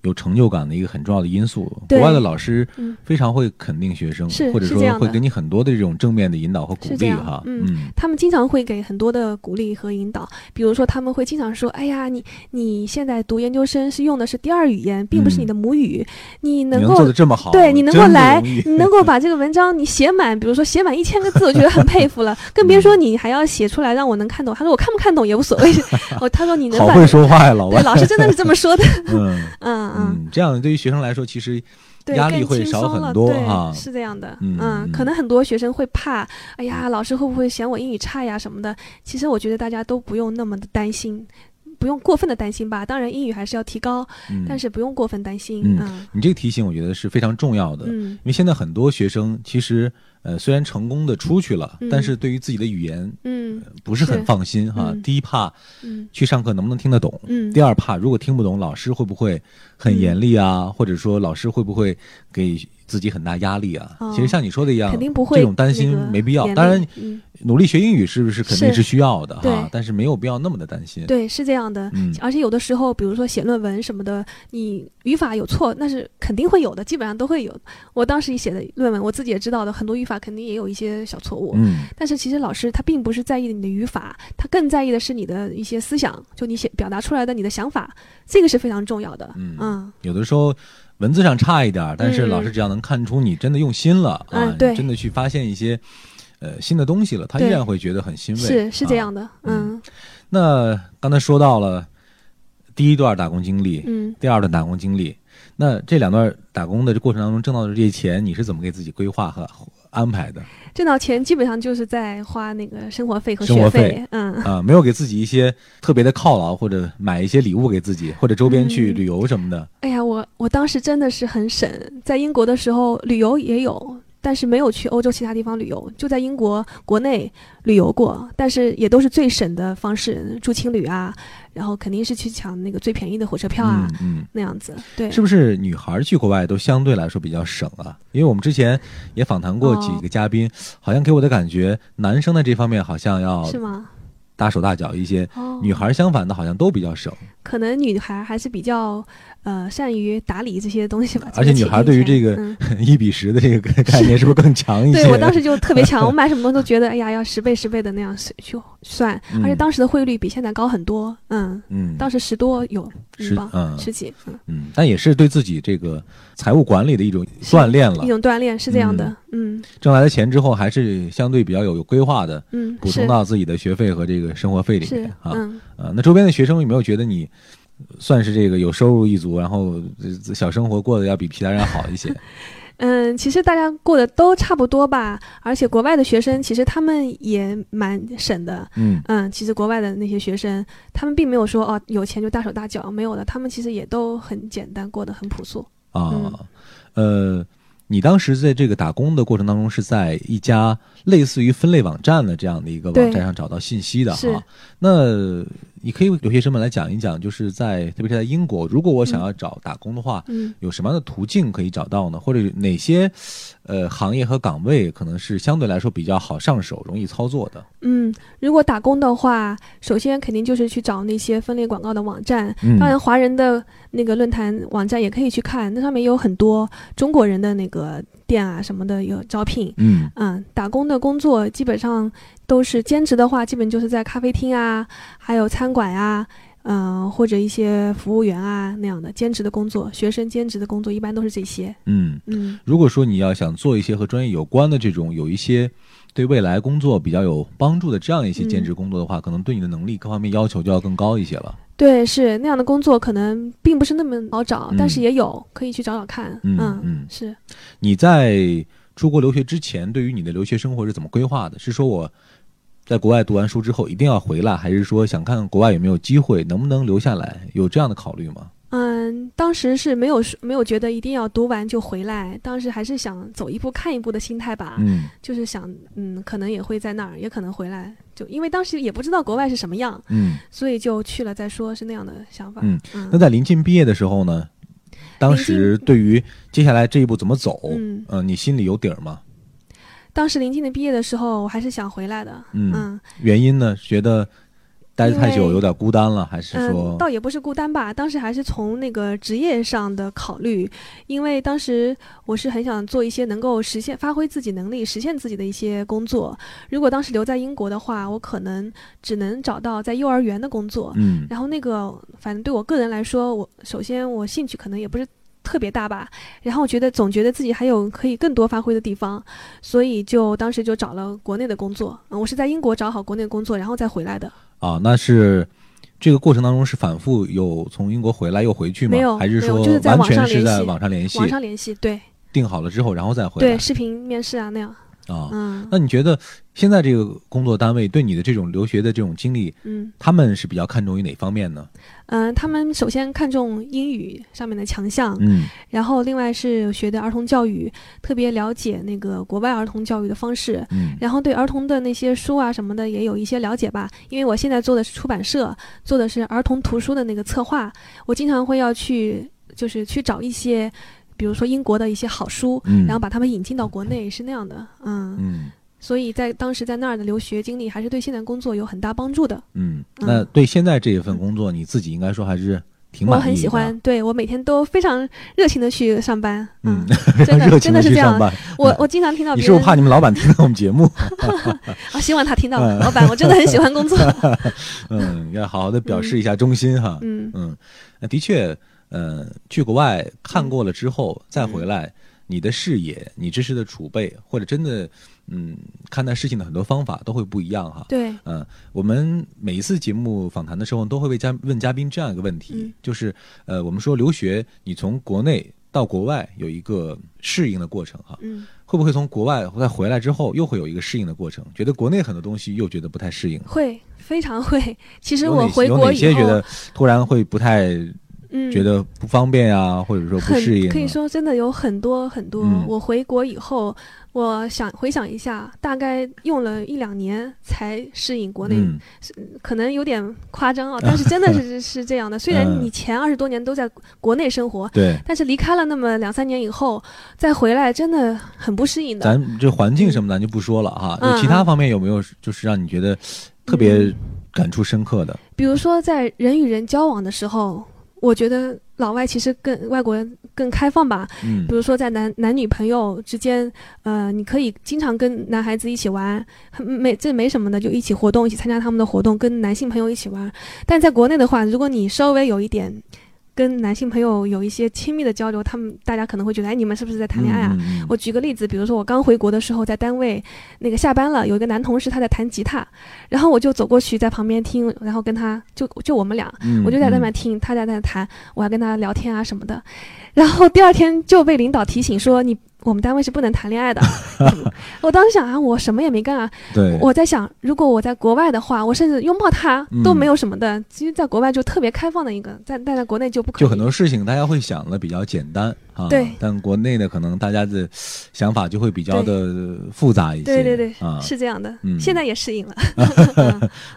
[SPEAKER 4] 有成就感的一个很重要的因素？国
[SPEAKER 5] 对
[SPEAKER 4] 外的老师
[SPEAKER 5] 嗯
[SPEAKER 4] 非常会肯定学生，
[SPEAKER 5] 是
[SPEAKER 4] 或者
[SPEAKER 5] 是这样
[SPEAKER 4] 说会
[SPEAKER 5] 的
[SPEAKER 4] 给你很多的这种正面的引导和鼓
[SPEAKER 5] 是
[SPEAKER 4] 励
[SPEAKER 5] 这样
[SPEAKER 4] 哈。
[SPEAKER 5] 嗯他们经常会给很多的鼓励和引导，比如说他们会经常说：“哎呀，你你现在读研究生是用的是第二语言，并不是你
[SPEAKER 4] 嗯
[SPEAKER 5] 的母语，你
[SPEAKER 4] 你
[SPEAKER 5] 能
[SPEAKER 4] 能做
[SPEAKER 5] 够
[SPEAKER 4] 的这么好，
[SPEAKER 5] 对你能够
[SPEAKER 4] 真不
[SPEAKER 5] 来，
[SPEAKER 4] 容易
[SPEAKER 5] 你能够把这个文章你写满，比如说写满一千个字，我觉得很佩服了，更别
[SPEAKER 4] 嗯
[SPEAKER 5] 说你还要写出来让我能看懂。”他说：“我看不看懂也无所谓。”哦，他说：“你能
[SPEAKER 4] 好
[SPEAKER 5] 把
[SPEAKER 4] 会说话呀，老
[SPEAKER 5] 对
[SPEAKER 4] 外。
[SPEAKER 5] 老师真的是这 么说的，
[SPEAKER 4] 嗯
[SPEAKER 5] 嗯嗯，
[SPEAKER 4] 嗯，这样对于学生来说，其实
[SPEAKER 5] 对，
[SPEAKER 4] 压力
[SPEAKER 5] 更
[SPEAKER 4] 会
[SPEAKER 5] 轻
[SPEAKER 4] 少
[SPEAKER 5] 松
[SPEAKER 4] 很
[SPEAKER 5] 了
[SPEAKER 4] 多
[SPEAKER 5] 对
[SPEAKER 4] 哈
[SPEAKER 5] 是这样的，
[SPEAKER 4] 嗯
[SPEAKER 5] 嗯
[SPEAKER 4] 嗯
[SPEAKER 5] 可能很多学生会怕，哎呀，老师会不会嫌我英语差呀什么的？其实我觉得大家都不用那么的担心，不用过分的担心吧。当然，英语还是要提高，
[SPEAKER 4] 嗯，
[SPEAKER 5] 但是不用过分担心，
[SPEAKER 4] 嗯
[SPEAKER 5] 嗯
[SPEAKER 4] 你这个提醒我觉得是非常重要的，因
[SPEAKER 5] 嗯
[SPEAKER 4] 为现在很多学生其实呃虽然成功的出去了，
[SPEAKER 5] 嗯
[SPEAKER 4] 但是对于自己的语言
[SPEAKER 5] 嗯
[SPEAKER 4] 不是很
[SPEAKER 5] 是
[SPEAKER 4] 放心哈。
[SPEAKER 5] 嗯
[SPEAKER 4] 第一怕
[SPEAKER 5] 嗯
[SPEAKER 4] 去上课能不能听得懂，
[SPEAKER 5] 嗯
[SPEAKER 4] 第二怕如果听不懂，老师会不会很严厉啊？
[SPEAKER 5] 嗯
[SPEAKER 4] 或者说老师会不会给自己很大压力啊？
[SPEAKER 5] 哦
[SPEAKER 4] 其实像你说的一样，
[SPEAKER 5] 肯定不会
[SPEAKER 4] 这种担心
[SPEAKER 5] 那个
[SPEAKER 4] 没必要。
[SPEAKER 5] 严
[SPEAKER 4] 当
[SPEAKER 5] 厉
[SPEAKER 4] 然，
[SPEAKER 5] 嗯
[SPEAKER 4] 努力学英语是不是肯定
[SPEAKER 5] 是
[SPEAKER 4] 是需要的哈
[SPEAKER 5] 对？
[SPEAKER 4] 但是没有必要那么的担心。
[SPEAKER 5] 对，是这样的。
[SPEAKER 4] 嗯
[SPEAKER 5] 而且有的时候，比如说写论文什么的，你语法有错，那是肯定会有的，基本上都会有。我当时写的论文，我自己也知道的，很多语法肯定也有一些小错误。
[SPEAKER 4] 嗯
[SPEAKER 5] 但是其实老师他并不是在意你的语法，他更在意的是你的一些思想，就你写表达出来的你的想法，这个是非常重要的。
[SPEAKER 4] 嗯
[SPEAKER 5] 嗯
[SPEAKER 4] 有的时候文字上差一点儿，但是
[SPEAKER 5] 嗯
[SPEAKER 4] 老师只要能看出你真的用心了、
[SPEAKER 5] 嗯
[SPEAKER 4] 啊，
[SPEAKER 5] 对
[SPEAKER 4] 你真的去发现一些呃新的东西了，他依
[SPEAKER 5] 对
[SPEAKER 4] 然会觉得很欣慰。
[SPEAKER 5] 是是这
[SPEAKER 4] 啊
[SPEAKER 5] 样的。
[SPEAKER 4] 嗯
[SPEAKER 5] 嗯
[SPEAKER 4] 那刚才说到了第一段打工经历，
[SPEAKER 5] 嗯
[SPEAKER 4] 第二段打工经历，那这两段打工的这过程当中挣到的这些钱，你是怎么给自己规划和安排的
[SPEAKER 5] 挣到钱基本上就是在花那个生活费和
[SPEAKER 4] 生
[SPEAKER 5] 学
[SPEAKER 4] 活费
[SPEAKER 5] 嗯。
[SPEAKER 4] 啊？没有给自己一些特别的犒劳，或者买一些礼物给自己，或者周边去
[SPEAKER 5] 嗯
[SPEAKER 4] 旅游什么的。
[SPEAKER 5] 哎呀，我我当时真的是很省，在英国的时候旅游也有，但是没有去欧洲其他地方旅游，就在英国国内旅游过，但是也都是最省的方式，住青旅啊，然后肯定是去抢那个最便宜的火车票啊，
[SPEAKER 4] 嗯嗯。
[SPEAKER 5] 那样子。对，
[SPEAKER 4] 是不是女孩儿去国外都相对来说比较省啊？因为我们之前也访谈过
[SPEAKER 5] 哦
[SPEAKER 4] 几个嘉宾，好像给我的感觉，男生在这方面好像要
[SPEAKER 5] 是吗？
[SPEAKER 4] 大手大脚一些，
[SPEAKER 5] 哦，
[SPEAKER 4] 女孩儿相反的好像都比较省，
[SPEAKER 5] 可能女孩还是比较呃善于打理这些东西吧。
[SPEAKER 4] 而且女孩对于这个
[SPEAKER 5] 嗯
[SPEAKER 4] 一比十的这个概念是不是更强一些？
[SPEAKER 5] 对我当时就特别 强，我买什么都觉得哎呀要十倍十倍的那样去去算，
[SPEAKER 4] 嗯
[SPEAKER 5] 而且当时的汇率比现在高很多，嗯，
[SPEAKER 4] 嗯
[SPEAKER 5] 当时十多有
[SPEAKER 4] 是
[SPEAKER 5] 英镑，
[SPEAKER 4] 嗯
[SPEAKER 5] 十几，嗯，
[SPEAKER 4] 嗯，但也是对自己这个财务管理的一种锻炼了
[SPEAKER 5] 一。种锻炼是这样的，嗯
[SPEAKER 4] 挣来的钱之后，还是相对比较有有规划的，
[SPEAKER 5] 嗯，
[SPEAKER 4] 补充
[SPEAKER 5] 是
[SPEAKER 4] 到自己的学费和这个生活费里面
[SPEAKER 5] 是
[SPEAKER 4] 啊。
[SPEAKER 5] 嗯
[SPEAKER 4] 啊，那周边的学生有没有觉得你呃算是这个有收入一族，然后呃小生活过得要比其他人好一些？
[SPEAKER 5] 嗯，其实大家过得都差不多吧，而且国外的学生其实他们也蛮省的，
[SPEAKER 4] 嗯
[SPEAKER 5] 嗯，其实国外的那些学生，他们并没有说哦有钱就大手大脚，没有的，他们其实也都很简单，过得很朴素。嗯
[SPEAKER 4] 啊，呃，你当时在这个打工的过程当中，是在一家类似于分类网站的这样的一个
[SPEAKER 5] 对
[SPEAKER 4] 网站上找到信息的
[SPEAKER 5] 是
[SPEAKER 4] 哈？那你可以留学生们来讲一讲，就是在特别是在英国，如果我想要找打工的话，
[SPEAKER 5] 嗯
[SPEAKER 4] 有什么样的途径可以找到呢？或者哪些呃行业和岗位可能是相对来说比较好上手、容易操作的？
[SPEAKER 5] 嗯，如果打工的话，首先肯定就是去找那些分类广告的网站，
[SPEAKER 4] 嗯
[SPEAKER 5] 当然华人的那个论坛网站也可以去看，那上面有很多中国人的那个店啊什么的有招聘，
[SPEAKER 4] 嗯
[SPEAKER 5] 嗯，打工的工作基本上都是兼职的话，基本就是在咖啡厅啊，还有餐馆啊，嗯、或者一些服务员啊那样的兼职的工作。学生兼职的工作一般都是这些。
[SPEAKER 4] 嗯，
[SPEAKER 5] 嗯
[SPEAKER 4] 如果说你要想做一些和专业有关的这种有一些对未来工作比较有帮助的这样一些兼职工作
[SPEAKER 5] 嗯
[SPEAKER 4] 的话，可能对你的能力各方面要求就要更高一些了。
[SPEAKER 5] 对，是那样的工作可能并不是那么好找，但是
[SPEAKER 4] 嗯
[SPEAKER 5] 也有可以去找找看。
[SPEAKER 4] 嗯
[SPEAKER 5] 嗯，
[SPEAKER 4] 嗯
[SPEAKER 5] 是
[SPEAKER 4] 你在出国留学之前，对于你的留学生活是怎么规划的？是说我在国外读完书之后一定要回来，还是说想看看国外有没有机会，能不能留下来？有这样的考虑吗？
[SPEAKER 5] 嗯，当时是没有没有觉得一定要读完就回来，当时还是想走一步看一步的心态吧。
[SPEAKER 4] 嗯
[SPEAKER 5] 就是想，嗯，可能也会在那儿，也可能回来，就因为当时也不知道国外是什么样，
[SPEAKER 4] 嗯。
[SPEAKER 5] 所以就去了再说，是那样的想法。
[SPEAKER 4] 嗯
[SPEAKER 5] 嗯
[SPEAKER 4] 那在临近毕业的时候呢，当时对于接下来这一步怎么走，
[SPEAKER 5] 嗯
[SPEAKER 4] 呃你心里有底儿吗？
[SPEAKER 5] 当时临近的毕业的时候，我还是想回来的。
[SPEAKER 4] 嗯
[SPEAKER 5] 嗯
[SPEAKER 4] 原因呢？觉得待得太
[SPEAKER 5] 因
[SPEAKER 4] 久
[SPEAKER 5] 为
[SPEAKER 4] 有点孤单了，还是
[SPEAKER 5] 嗯
[SPEAKER 4] 说，
[SPEAKER 5] 倒也不是孤单吧，当时还是从那个职业上的考虑，因为当时我是很想做一些能够实现、发挥自己能力、实现自己的一些工作。如果当时留在英国的话，我可能只能找到在幼儿园的工作，
[SPEAKER 4] 嗯
[SPEAKER 5] 然后那个，反正对我个人来说，我首先我兴趣可能也不是特别大吧，然后我觉得总觉得自己还有可以更多发挥的地方，所以就当时就找了国内的工作。嗯，我是在英国找好国内工作，然后再回来的。
[SPEAKER 4] 啊，那是这个过程当中是反复有从英国回来又回去吗
[SPEAKER 5] 没？有
[SPEAKER 4] 还是
[SPEAKER 5] 没有
[SPEAKER 4] 说
[SPEAKER 5] 就是在
[SPEAKER 4] 完
[SPEAKER 5] 网
[SPEAKER 4] 全
[SPEAKER 5] 上
[SPEAKER 4] 是
[SPEAKER 5] 联
[SPEAKER 4] 在
[SPEAKER 5] 系
[SPEAKER 4] 网上联系
[SPEAKER 5] 网，上联系，对
[SPEAKER 4] 定好了之后然后再回
[SPEAKER 5] 对，
[SPEAKER 4] 来
[SPEAKER 5] 视频面试啊那样。
[SPEAKER 4] 啊？
[SPEAKER 5] 嗯
[SPEAKER 4] 那你觉得现在这个工作单位对你的这种留学的这种经历，
[SPEAKER 5] 嗯
[SPEAKER 4] 他们是比较看重于哪方面呢？
[SPEAKER 5] 嗯、他们首先看重英语上面的强项，
[SPEAKER 4] 嗯
[SPEAKER 5] 然后另外是学的儿童教育，特别了解那个国外儿童教育的方式。
[SPEAKER 4] 嗯
[SPEAKER 5] 然后对儿童的那些书啊什么的也有一些了解吧，因为我现在做的是出版社，做的是儿童图书的那个策划，我经常会要去，就是去找一些，比如说英国的一些好书，
[SPEAKER 4] 嗯，
[SPEAKER 5] 然后把他们引进到国内，是那样的，嗯，
[SPEAKER 4] 嗯。
[SPEAKER 5] 所以在当时在那儿的留学经历还是对现在工作有很大帮助的，
[SPEAKER 4] 嗯，那
[SPEAKER 5] 嗯
[SPEAKER 4] 对现在这一份工作，你自己应该说还是挺
[SPEAKER 5] 我
[SPEAKER 4] 满意的。啊
[SPEAKER 5] 很喜 欢，对我每天都非常热情的去上班，
[SPEAKER 4] 嗯，
[SPEAKER 5] 真 的
[SPEAKER 4] 热
[SPEAKER 5] 真
[SPEAKER 4] 情
[SPEAKER 5] 的
[SPEAKER 4] 的
[SPEAKER 5] 是
[SPEAKER 4] 去
[SPEAKER 5] 这样
[SPEAKER 4] 上，班。嗯
[SPEAKER 5] 我我经常听到
[SPEAKER 4] 你
[SPEAKER 5] 别
[SPEAKER 4] 是不
[SPEAKER 5] 人
[SPEAKER 4] 是怕你们老板听到我们节 目？
[SPEAKER 5] 啊，希望他听到，
[SPEAKER 4] 嗯
[SPEAKER 5] 老板，我真的很喜欢 工作，
[SPEAKER 4] 嗯，要好好的表示一下忠心哈。
[SPEAKER 5] 嗯
[SPEAKER 4] 嗯，那的确，呃，去国外看过了之后再回来，
[SPEAKER 5] 嗯
[SPEAKER 4] 你的视野、你知识的储备，或者真的，嗯，看待事情的很多方法都会不一样哈。
[SPEAKER 5] 对，
[SPEAKER 4] 嗯，我们每一次节目访谈的时候，都会为嘉问嘉宾这样一个问题，
[SPEAKER 5] 嗯
[SPEAKER 4] 就是呃，我们说留学，你从国内到国外有一个适应的过程哈，
[SPEAKER 5] 嗯，
[SPEAKER 4] 会不会从国外再回来之后，又会有一个适应的过程？觉得国内很多东西又觉得不太适应。
[SPEAKER 5] 会。非常会， 其实
[SPEAKER 4] 有
[SPEAKER 5] 我
[SPEAKER 4] 哪
[SPEAKER 5] 回
[SPEAKER 4] 有
[SPEAKER 5] 国
[SPEAKER 4] 哪些
[SPEAKER 5] 以后，
[SPEAKER 4] 觉得突然会不太
[SPEAKER 5] 嗯，
[SPEAKER 4] 觉得不方便呀、或者说不
[SPEAKER 5] 很
[SPEAKER 4] 适应、啊？
[SPEAKER 5] 可以说真的有很多很多。
[SPEAKER 4] 嗯
[SPEAKER 5] 我回国以后，我想回想一下，大概用了一两年才适应国内，
[SPEAKER 4] 嗯
[SPEAKER 5] 可能有点夸张啊，但是真 的是是这样的。虽然
[SPEAKER 4] 嗯
[SPEAKER 5] 你前二十多年都在国内生活，
[SPEAKER 4] 对，
[SPEAKER 5] 但是离开了那么两三年以后再回来，真的很不适应的。
[SPEAKER 4] 咱这环境什么咱就不说了哈，
[SPEAKER 5] 嗯
[SPEAKER 4] 就其他方面有没有就是让你觉得特别感触深刻的？
[SPEAKER 5] 比如说在人与人交往的时候，我觉得老外其实更外国人更开放吧，
[SPEAKER 4] 嗯
[SPEAKER 5] 比如说在男男女朋友之间，呃，你可以经常跟男孩子一起玩，很没这没什么的，就一起活动，一起参加他们的活动，跟男性朋友一起玩。但在国内的话，如果你稍微有一点跟男性朋友有一些亲密的交流，他们大家可能会觉得，哎，你们是不是在谈恋爱啊？
[SPEAKER 4] 嗯嗯嗯
[SPEAKER 5] 我举个例子，比如说我刚回国的时候，在单位那个下班了，有一个男同事他在弹吉他，然后我就走过去在旁边听，然后跟他就就我们俩，
[SPEAKER 4] 嗯
[SPEAKER 5] 我就在那边听，他在那弹，我还跟他聊天啊什么的。然后第二天就被领导提醒说你我们单位是不能谈恋 爱的。我当时想啊，我什么也没干啊，
[SPEAKER 4] 对，
[SPEAKER 5] 我在想，如果我在国外的话，我甚至拥抱他
[SPEAKER 4] 嗯
[SPEAKER 5] 都没有什么的。其实，在国外就特别开放的一个，在但在国内就不可以。
[SPEAKER 4] 就很多事情大家会想的比较简单啊，
[SPEAKER 5] 对
[SPEAKER 4] 但国内的可能大家的想法就会比较的复杂一些，
[SPEAKER 5] 对对对，
[SPEAKER 4] 啊，
[SPEAKER 5] 是这样的。
[SPEAKER 4] 嗯
[SPEAKER 5] 现在也适应了。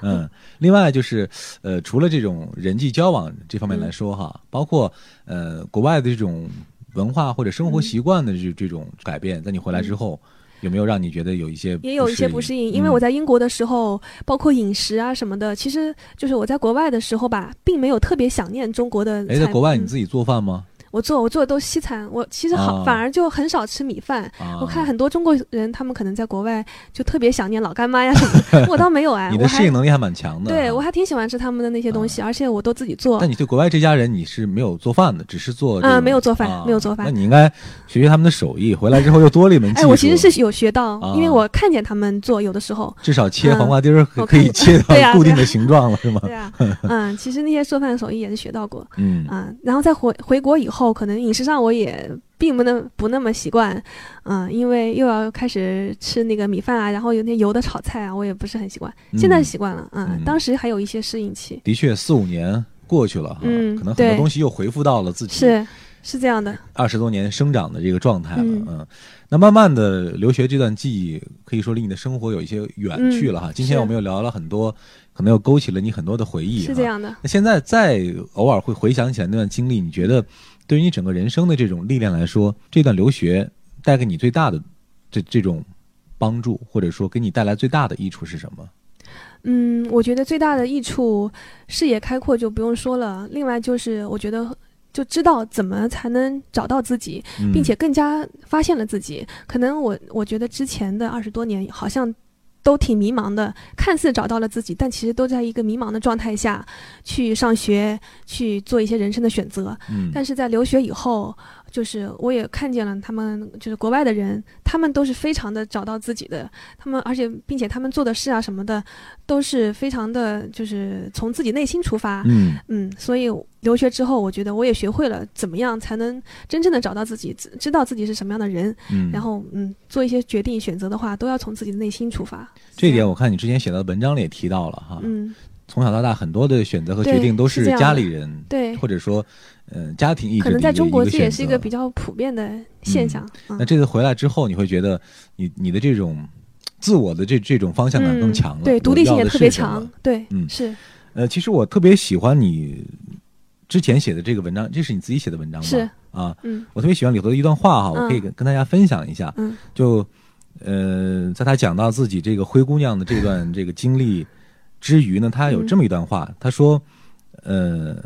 [SPEAKER 4] 嗯，另外就是，呃，除了这种人际交往这方面
[SPEAKER 5] 嗯
[SPEAKER 4] 来说哈，包括呃国外的这种文化或者生
[SPEAKER 5] 嗯
[SPEAKER 4] 活习惯的这、这种改变，在你回来之后，有没有让你觉得有一些
[SPEAKER 5] 也有一些不适应，因为我
[SPEAKER 4] 在
[SPEAKER 5] 在英国的时候，包括饮食啊什么的，其实就是我在国外的时候吧，并没有特别想念中国的
[SPEAKER 4] 哎、
[SPEAKER 5] 菜。
[SPEAKER 4] 在国外你
[SPEAKER 5] 嗯
[SPEAKER 4] 自己做饭吗？
[SPEAKER 5] 我做我做的都西餐，我其实好、
[SPEAKER 4] 啊
[SPEAKER 5] 反而就很少吃米饭。
[SPEAKER 4] 啊，
[SPEAKER 5] 我看很多中国人，他们可能在国外就特别想念老干妈呀什么的，我倒没有哎，
[SPEAKER 4] 你
[SPEAKER 5] 我
[SPEAKER 4] 的适
[SPEAKER 5] 还
[SPEAKER 4] 应能力还蛮强的，啊
[SPEAKER 5] 对我
[SPEAKER 4] 还。
[SPEAKER 5] 还挺喜欢吃他们的那些东西，而且我都自己做
[SPEAKER 4] 但。你对国外这家人你是没有做饭的，只是做这
[SPEAKER 5] 啊
[SPEAKER 4] 种
[SPEAKER 5] 没有做饭
[SPEAKER 4] 啊
[SPEAKER 5] 没有做饭
[SPEAKER 4] 那你应该学学他们的手艺，回来之后又多了一门技
[SPEAKER 5] 哎，
[SPEAKER 4] 术。
[SPEAKER 5] 我其实是有学到，因为
[SPEAKER 4] 啊
[SPEAKER 5] 我看见他们做，有的时候。
[SPEAKER 4] 至少切
[SPEAKER 5] 嗯
[SPEAKER 4] 黄瓜丁儿可
[SPEAKER 5] 我
[SPEAKER 4] 可以
[SPEAKER 5] 看
[SPEAKER 4] 切
[SPEAKER 5] 对啊呀
[SPEAKER 4] 到固定
[SPEAKER 5] 对
[SPEAKER 4] 的
[SPEAKER 5] 呀
[SPEAKER 4] 形状了，是 吗？
[SPEAKER 5] 对啊，嗯，其实那些做饭手艺也是学到过，
[SPEAKER 4] 嗯
[SPEAKER 5] 嗯，然后再回回国以后，可能饮食上我也并不能不那么习惯，嗯，因为又要开始吃那个米饭啊，然后有那油的炒菜啊，我也不是很习惯，现在
[SPEAKER 4] 嗯
[SPEAKER 5] 习惯了，
[SPEAKER 4] 嗯
[SPEAKER 5] 嗯，当时还有一些适应期，
[SPEAKER 4] 的确，四五年过去了哈，
[SPEAKER 5] 嗯
[SPEAKER 4] 可能很多
[SPEAKER 5] 对
[SPEAKER 4] 东西又回复到了自己
[SPEAKER 5] 是是这样的，
[SPEAKER 4] 二十多年生长的这个状态了。
[SPEAKER 5] 嗯
[SPEAKER 4] 嗯，那慢慢的，留学这段记忆可以说离你的生活有一些远去了哈。今天
[SPEAKER 5] 嗯是
[SPEAKER 4] 我们又聊了很多，可能又勾起了你很多的回忆。
[SPEAKER 5] 是这。样的，
[SPEAKER 4] 那现在再偶尔会回想起来那段经历，你觉得对于你整个人生的这种历练来说，这段留学带给你最大的这这种帮助，或者说给你带来最大的益处是什么？
[SPEAKER 5] 嗯，我觉得最大的益处视野开阔就不用说了，另外就是我觉得就知道怎么才能找到自己，
[SPEAKER 4] 嗯
[SPEAKER 5] 并且更加发现了自己。可能我我觉得之前的二十多年好像都挺迷茫的，看似找到了自己，但其实都在一个迷茫的状态下去上学，去做一些人生的选择。
[SPEAKER 4] 嗯，
[SPEAKER 5] 但是在留学以后，就是我也看见了他们，就是国外的人，他们都是非常的找到自己的，他们而且并且他们做的事啊什么的，都是非常的，就是从自己内心出发，
[SPEAKER 4] 嗯。
[SPEAKER 5] 嗯，所以留学之后，我觉得我也学会了怎么样才能真正的找到自己，知知道自己是什么样的人，
[SPEAKER 4] 嗯
[SPEAKER 5] 然后嗯，做一些决定选择的话，都要从自己的内心出发。
[SPEAKER 4] 这一点
[SPEAKER 5] 样
[SPEAKER 4] 我看你之前写到的文章里也提到了哈，
[SPEAKER 5] 嗯，
[SPEAKER 4] 从小到大很多的选择和决
[SPEAKER 5] 对
[SPEAKER 4] 定都
[SPEAKER 5] 是这样的
[SPEAKER 4] 家里人
[SPEAKER 5] 对，
[SPEAKER 4] 或者说，嗯、家庭意志
[SPEAKER 5] 可能
[SPEAKER 4] 的
[SPEAKER 5] 在
[SPEAKER 4] 一个
[SPEAKER 5] 中国这也是
[SPEAKER 4] 选
[SPEAKER 5] 一
[SPEAKER 4] 择
[SPEAKER 5] 个比较普遍的现象。嗯
[SPEAKER 4] 那这次回来之后，你会觉得你你的这种自我的这这种方向感更强了，
[SPEAKER 5] 嗯、对，
[SPEAKER 4] 我
[SPEAKER 5] 独立性
[SPEAKER 4] 要
[SPEAKER 5] 也
[SPEAKER 4] 的
[SPEAKER 5] 特
[SPEAKER 4] 是
[SPEAKER 5] 别
[SPEAKER 4] 什么
[SPEAKER 5] 强。，对，
[SPEAKER 4] 嗯
[SPEAKER 5] 是
[SPEAKER 4] 呃，其实我特别喜欢你之前写的这个文章，这是你自己写的文章吗？
[SPEAKER 5] 是
[SPEAKER 4] 啊，
[SPEAKER 5] 嗯
[SPEAKER 4] 我特别喜欢里头的一段话哈，我可以
[SPEAKER 5] 嗯
[SPEAKER 4] 跟跟大家分享一下。
[SPEAKER 5] 嗯
[SPEAKER 4] 就呃，在他讲到自己这个灰姑娘的这段这个经历之余呢，他有
[SPEAKER 5] 嗯
[SPEAKER 4] 这么一段话，他说，呃，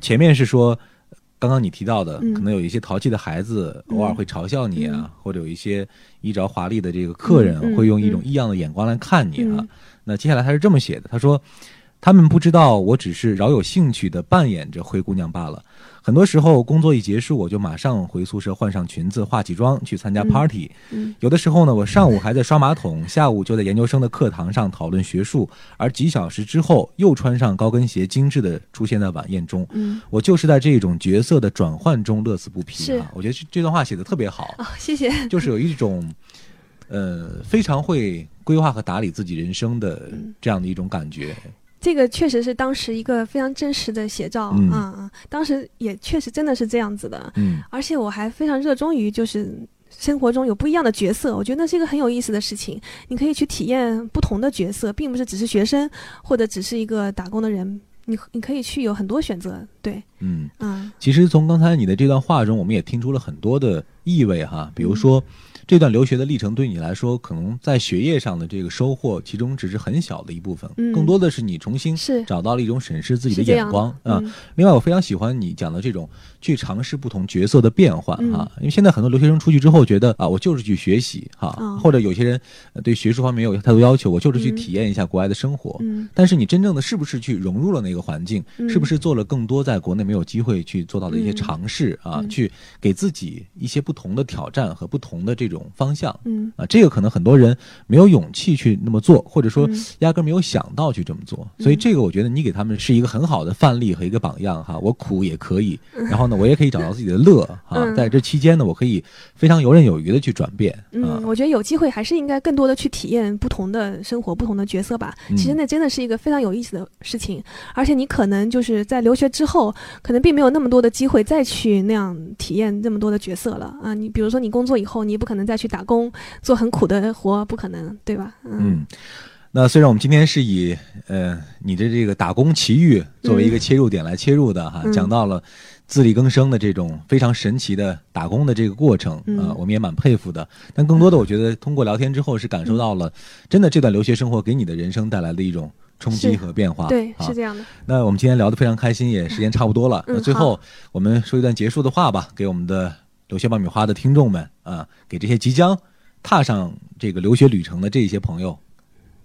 [SPEAKER 4] 前面是说。刚刚你提到的，
[SPEAKER 5] 嗯
[SPEAKER 4] 可能有一些淘气的孩子偶尔
[SPEAKER 5] 嗯
[SPEAKER 4] 会嘲笑你啊，或者有一些衣着华丽的这个客人
[SPEAKER 5] 嗯嗯
[SPEAKER 4] 会用一种
[SPEAKER 5] 嗯
[SPEAKER 4] 异样的眼光来看你啊。
[SPEAKER 5] 嗯
[SPEAKER 4] 那接下来他是这么写的，他说：“他们不知道我只是饶有兴趣地扮演着灰姑娘罢了。很多时候，工作一结束，我就马上回宿舍换上裙子、化起妆去参加
[SPEAKER 5] 嗯
[SPEAKER 4] party。
[SPEAKER 5] 嗯
[SPEAKER 4] 有的时候呢，我上午还在刷马桶，下午就在研究生的课堂上讨论学术，而几小时之后又穿上高跟鞋，精致地出现在晚宴中。
[SPEAKER 5] 嗯
[SPEAKER 4] 我就是在这种角色的转换中乐此不疲
[SPEAKER 5] 是
[SPEAKER 4] 啊！我觉得这这段话写的特别好。
[SPEAKER 5] 哦，谢 谢。
[SPEAKER 4] 就是有一种，呃，非常会规划和打理自己人生的这样的一种感觉。
[SPEAKER 5] 这个确实是当时一个非常真实的写照
[SPEAKER 4] 嗯
[SPEAKER 5] 啊、嗯，当时也确实真的是这样子的，
[SPEAKER 4] 嗯
[SPEAKER 5] 而且我还非常热衷于就是。生活中有不一样的角色，我觉得那是一个很有意思的事情。你可以去体验不同的角色，并不是只是学生或者只是一个打工的人，你你可以去有很多选择。对，
[SPEAKER 4] 嗯，
[SPEAKER 5] 嗯
[SPEAKER 4] 其实从刚才你的这段话中，我们也听出了很多的意味哈。比如说，这段留学的历程对你来说，可能在学业上的这个收获，其中只是很小的一部分，
[SPEAKER 5] 嗯
[SPEAKER 4] 更多的是你重新
[SPEAKER 5] 是
[SPEAKER 4] 找到了一种审视自己的
[SPEAKER 5] 是这
[SPEAKER 4] 眼
[SPEAKER 5] 样
[SPEAKER 4] 光
[SPEAKER 5] 的
[SPEAKER 4] 啊。
[SPEAKER 5] 嗯
[SPEAKER 4] 另外，我非常喜欢你讲的这种去尝试不同角色的变换
[SPEAKER 5] 嗯
[SPEAKER 4] 啊，因为现在很多留学生出去之后觉得啊，我就是去学习哈、
[SPEAKER 5] 哦
[SPEAKER 4] 或者有些人呃对学术方面有太多要求，我就是去
[SPEAKER 5] 嗯
[SPEAKER 4] 体验一下国外的生活。
[SPEAKER 5] 嗯
[SPEAKER 4] 但是你真正的是不是去融入了那个环境，
[SPEAKER 5] 嗯
[SPEAKER 4] 是不是做了更多在国内没有机会去做到的一些
[SPEAKER 5] 嗯
[SPEAKER 4] 尝试啊，
[SPEAKER 5] 嗯
[SPEAKER 4] 去给自己一些不同的挑战和不同的这种方向
[SPEAKER 5] 嗯
[SPEAKER 4] 啊。这个可能很多人没有勇气去那么做，或者说
[SPEAKER 5] 嗯
[SPEAKER 4] 压根儿没有想到去这么做。所以这个我觉得你给他们是一个很好的范例和一个榜样哈。我苦也可以，然后呢，我也可以找到自己的 乐哈。
[SPEAKER 5] 嗯
[SPEAKER 4] 在这期间呢，我可以非常游刃有余的去转变啊
[SPEAKER 5] 嗯，。我觉得有机会还是应该更多的去体验不同的生活、不同的角色吧。
[SPEAKER 4] 嗯
[SPEAKER 5] 其实那真的是一个非常有意思的事情，而且你可能就是在留学之后，可能并没有那么多的机会再去那样体验那么多的角色了啊。你比如说你工作以后，你不可能再去打工做很苦的活，不可能，对吧？嗯
[SPEAKER 4] 嗯，那虽然我们今天是以呃你的这个打工奇遇作为一个切入点来切入的哈，
[SPEAKER 5] 嗯
[SPEAKER 4] 讲到了自力更生的这种非常神奇的打工的这个过程啊、
[SPEAKER 5] 嗯
[SPEAKER 4] 我们也蛮佩服的。但更多的，我觉得通过聊天之后是感
[SPEAKER 5] 嗯
[SPEAKER 4] 受到了，真的这段留学生活给你的人生带来的一种。冲击
[SPEAKER 5] 是
[SPEAKER 4] 和变化，
[SPEAKER 5] 对，
[SPEAKER 4] 啊
[SPEAKER 5] 是这样的。
[SPEAKER 4] 那我们今天聊得非常开心，也时间差不多了。
[SPEAKER 5] 嗯
[SPEAKER 4] 那最后我们说一段结束的话吧，给我们的留学爆米花的听众们啊，给这些即将踏上这个留学旅程的这一些朋友，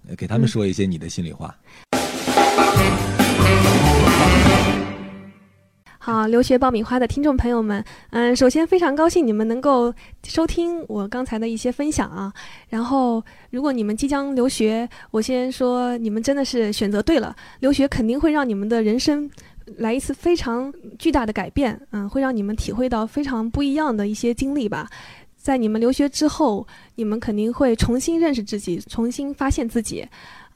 [SPEAKER 4] 呃给他们说一些你的心里话。
[SPEAKER 5] 好，留学爆米花的听众朋友们，嗯，首先非常高兴你们能够收听我刚才的一些分享啊。然后，如果你们即将留学，我先说你们真的是选择对了，留学肯定会让你们的人生来一次非常巨大的改变，嗯，会让你们体会到非常不一样的一些经历吧。在你们留学之后，你们肯定会重新认识自己，重新发现自己，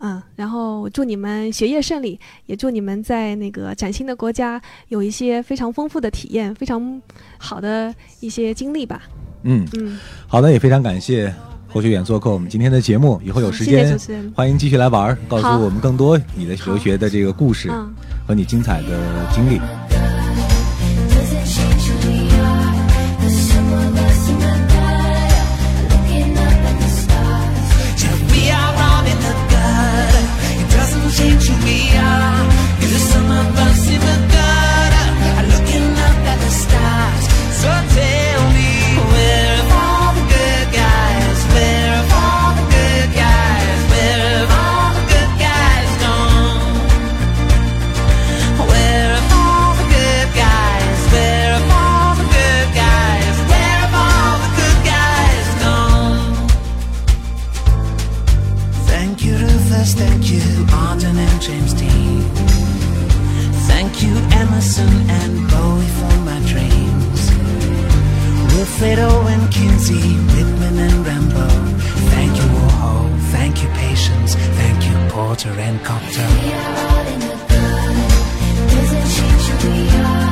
[SPEAKER 5] 嗯，然后我祝你们学业顺利，也祝你们在那个崭新的国家有一些非常丰富的体验，非常好的一些经历吧。
[SPEAKER 4] 嗯，
[SPEAKER 5] 嗯，
[SPEAKER 4] 好的，也非常感谢侯学远做客我们今天的节目，以后有时
[SPEAKER 5] 谢谢
[SPEAKER 4] 间
[SPEAKER 5] 主。持人。
[SPEAKER 4] 欢迎继续来玩儿，告
[SPEAKER 5] 好
[SPEAKER 4] 诉我们更多你的留学的这个故事
[SPEAKER 5] 嗯，
[SPEAKER 4] 和你精彩的经历。
[SPEAKER 3] Doesn't change who we are. The simple us in
[SPEAKER 2] Yeah, we are all in the gutter. It doesn't change who we are. There's some of us in
[SPEAKER 3] the gutter, looking up at the stars.
[SPEAKER 2] the gutter are looking up at the stars. So tell me, where have all the good guys? Where have all the good guys? Where have all the good guys gone? Where have all the good guys? Where have all the good guys? Where have all the good guys gone? Thank you, Rufus. Thank you, Arden and James Dean. Thank you, Emerson and Bowie for my dreams. Wilfred Owen, Kinsey, Whitman and Rambo. Thank you, Warhol. Thank you, Patience. Thank you, Porter and Cocteau.
[SPEAKER 3] We are all in the gutter. Doesn't change who we are.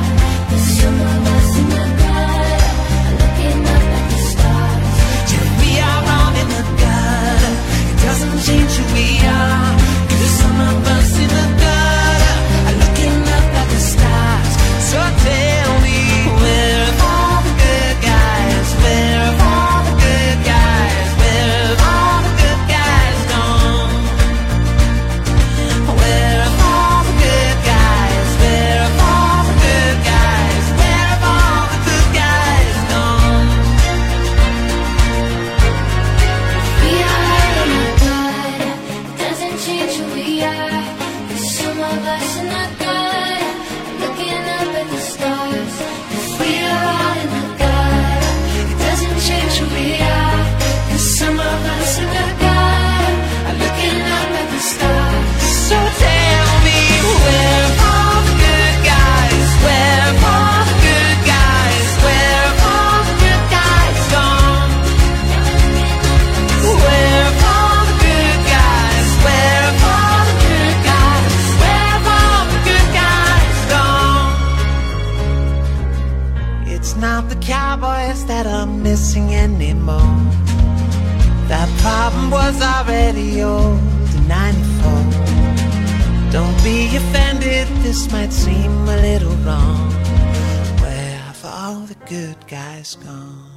[SPEAKER 3] The simple us in the gutter, looking up at the stars.
[SPEAKER 2] Yeah, we are all in the gutter. It doesn't change who we are. There's some of us in the gutter are looking up at the stars. So tell me, where are all the good guys? Where are all the good guys? Where have all the good guys gone? Where have all the good guys? Where have all the good guys? Where have all the good guys gone?
[SPEAKER 3] We are in the gutter. Doesn't change who we are. The some of us in the gutter, looking up at the stars. We are all in the gutter. Doesn't change who we are. The some of us in the gutter, looking up at the stars.
[SPEAKER 2] So tell me, where are all the good guys? Where have all the good guys? Where have all the good guys gone? Where have all the good guys? Where have all the good guys? Where have all the good guys gone? It's not the cowboys that are missing anymore. That problem was already old in 94. Don't be offended, this might seem a little wrong. Where have all the good guys gone?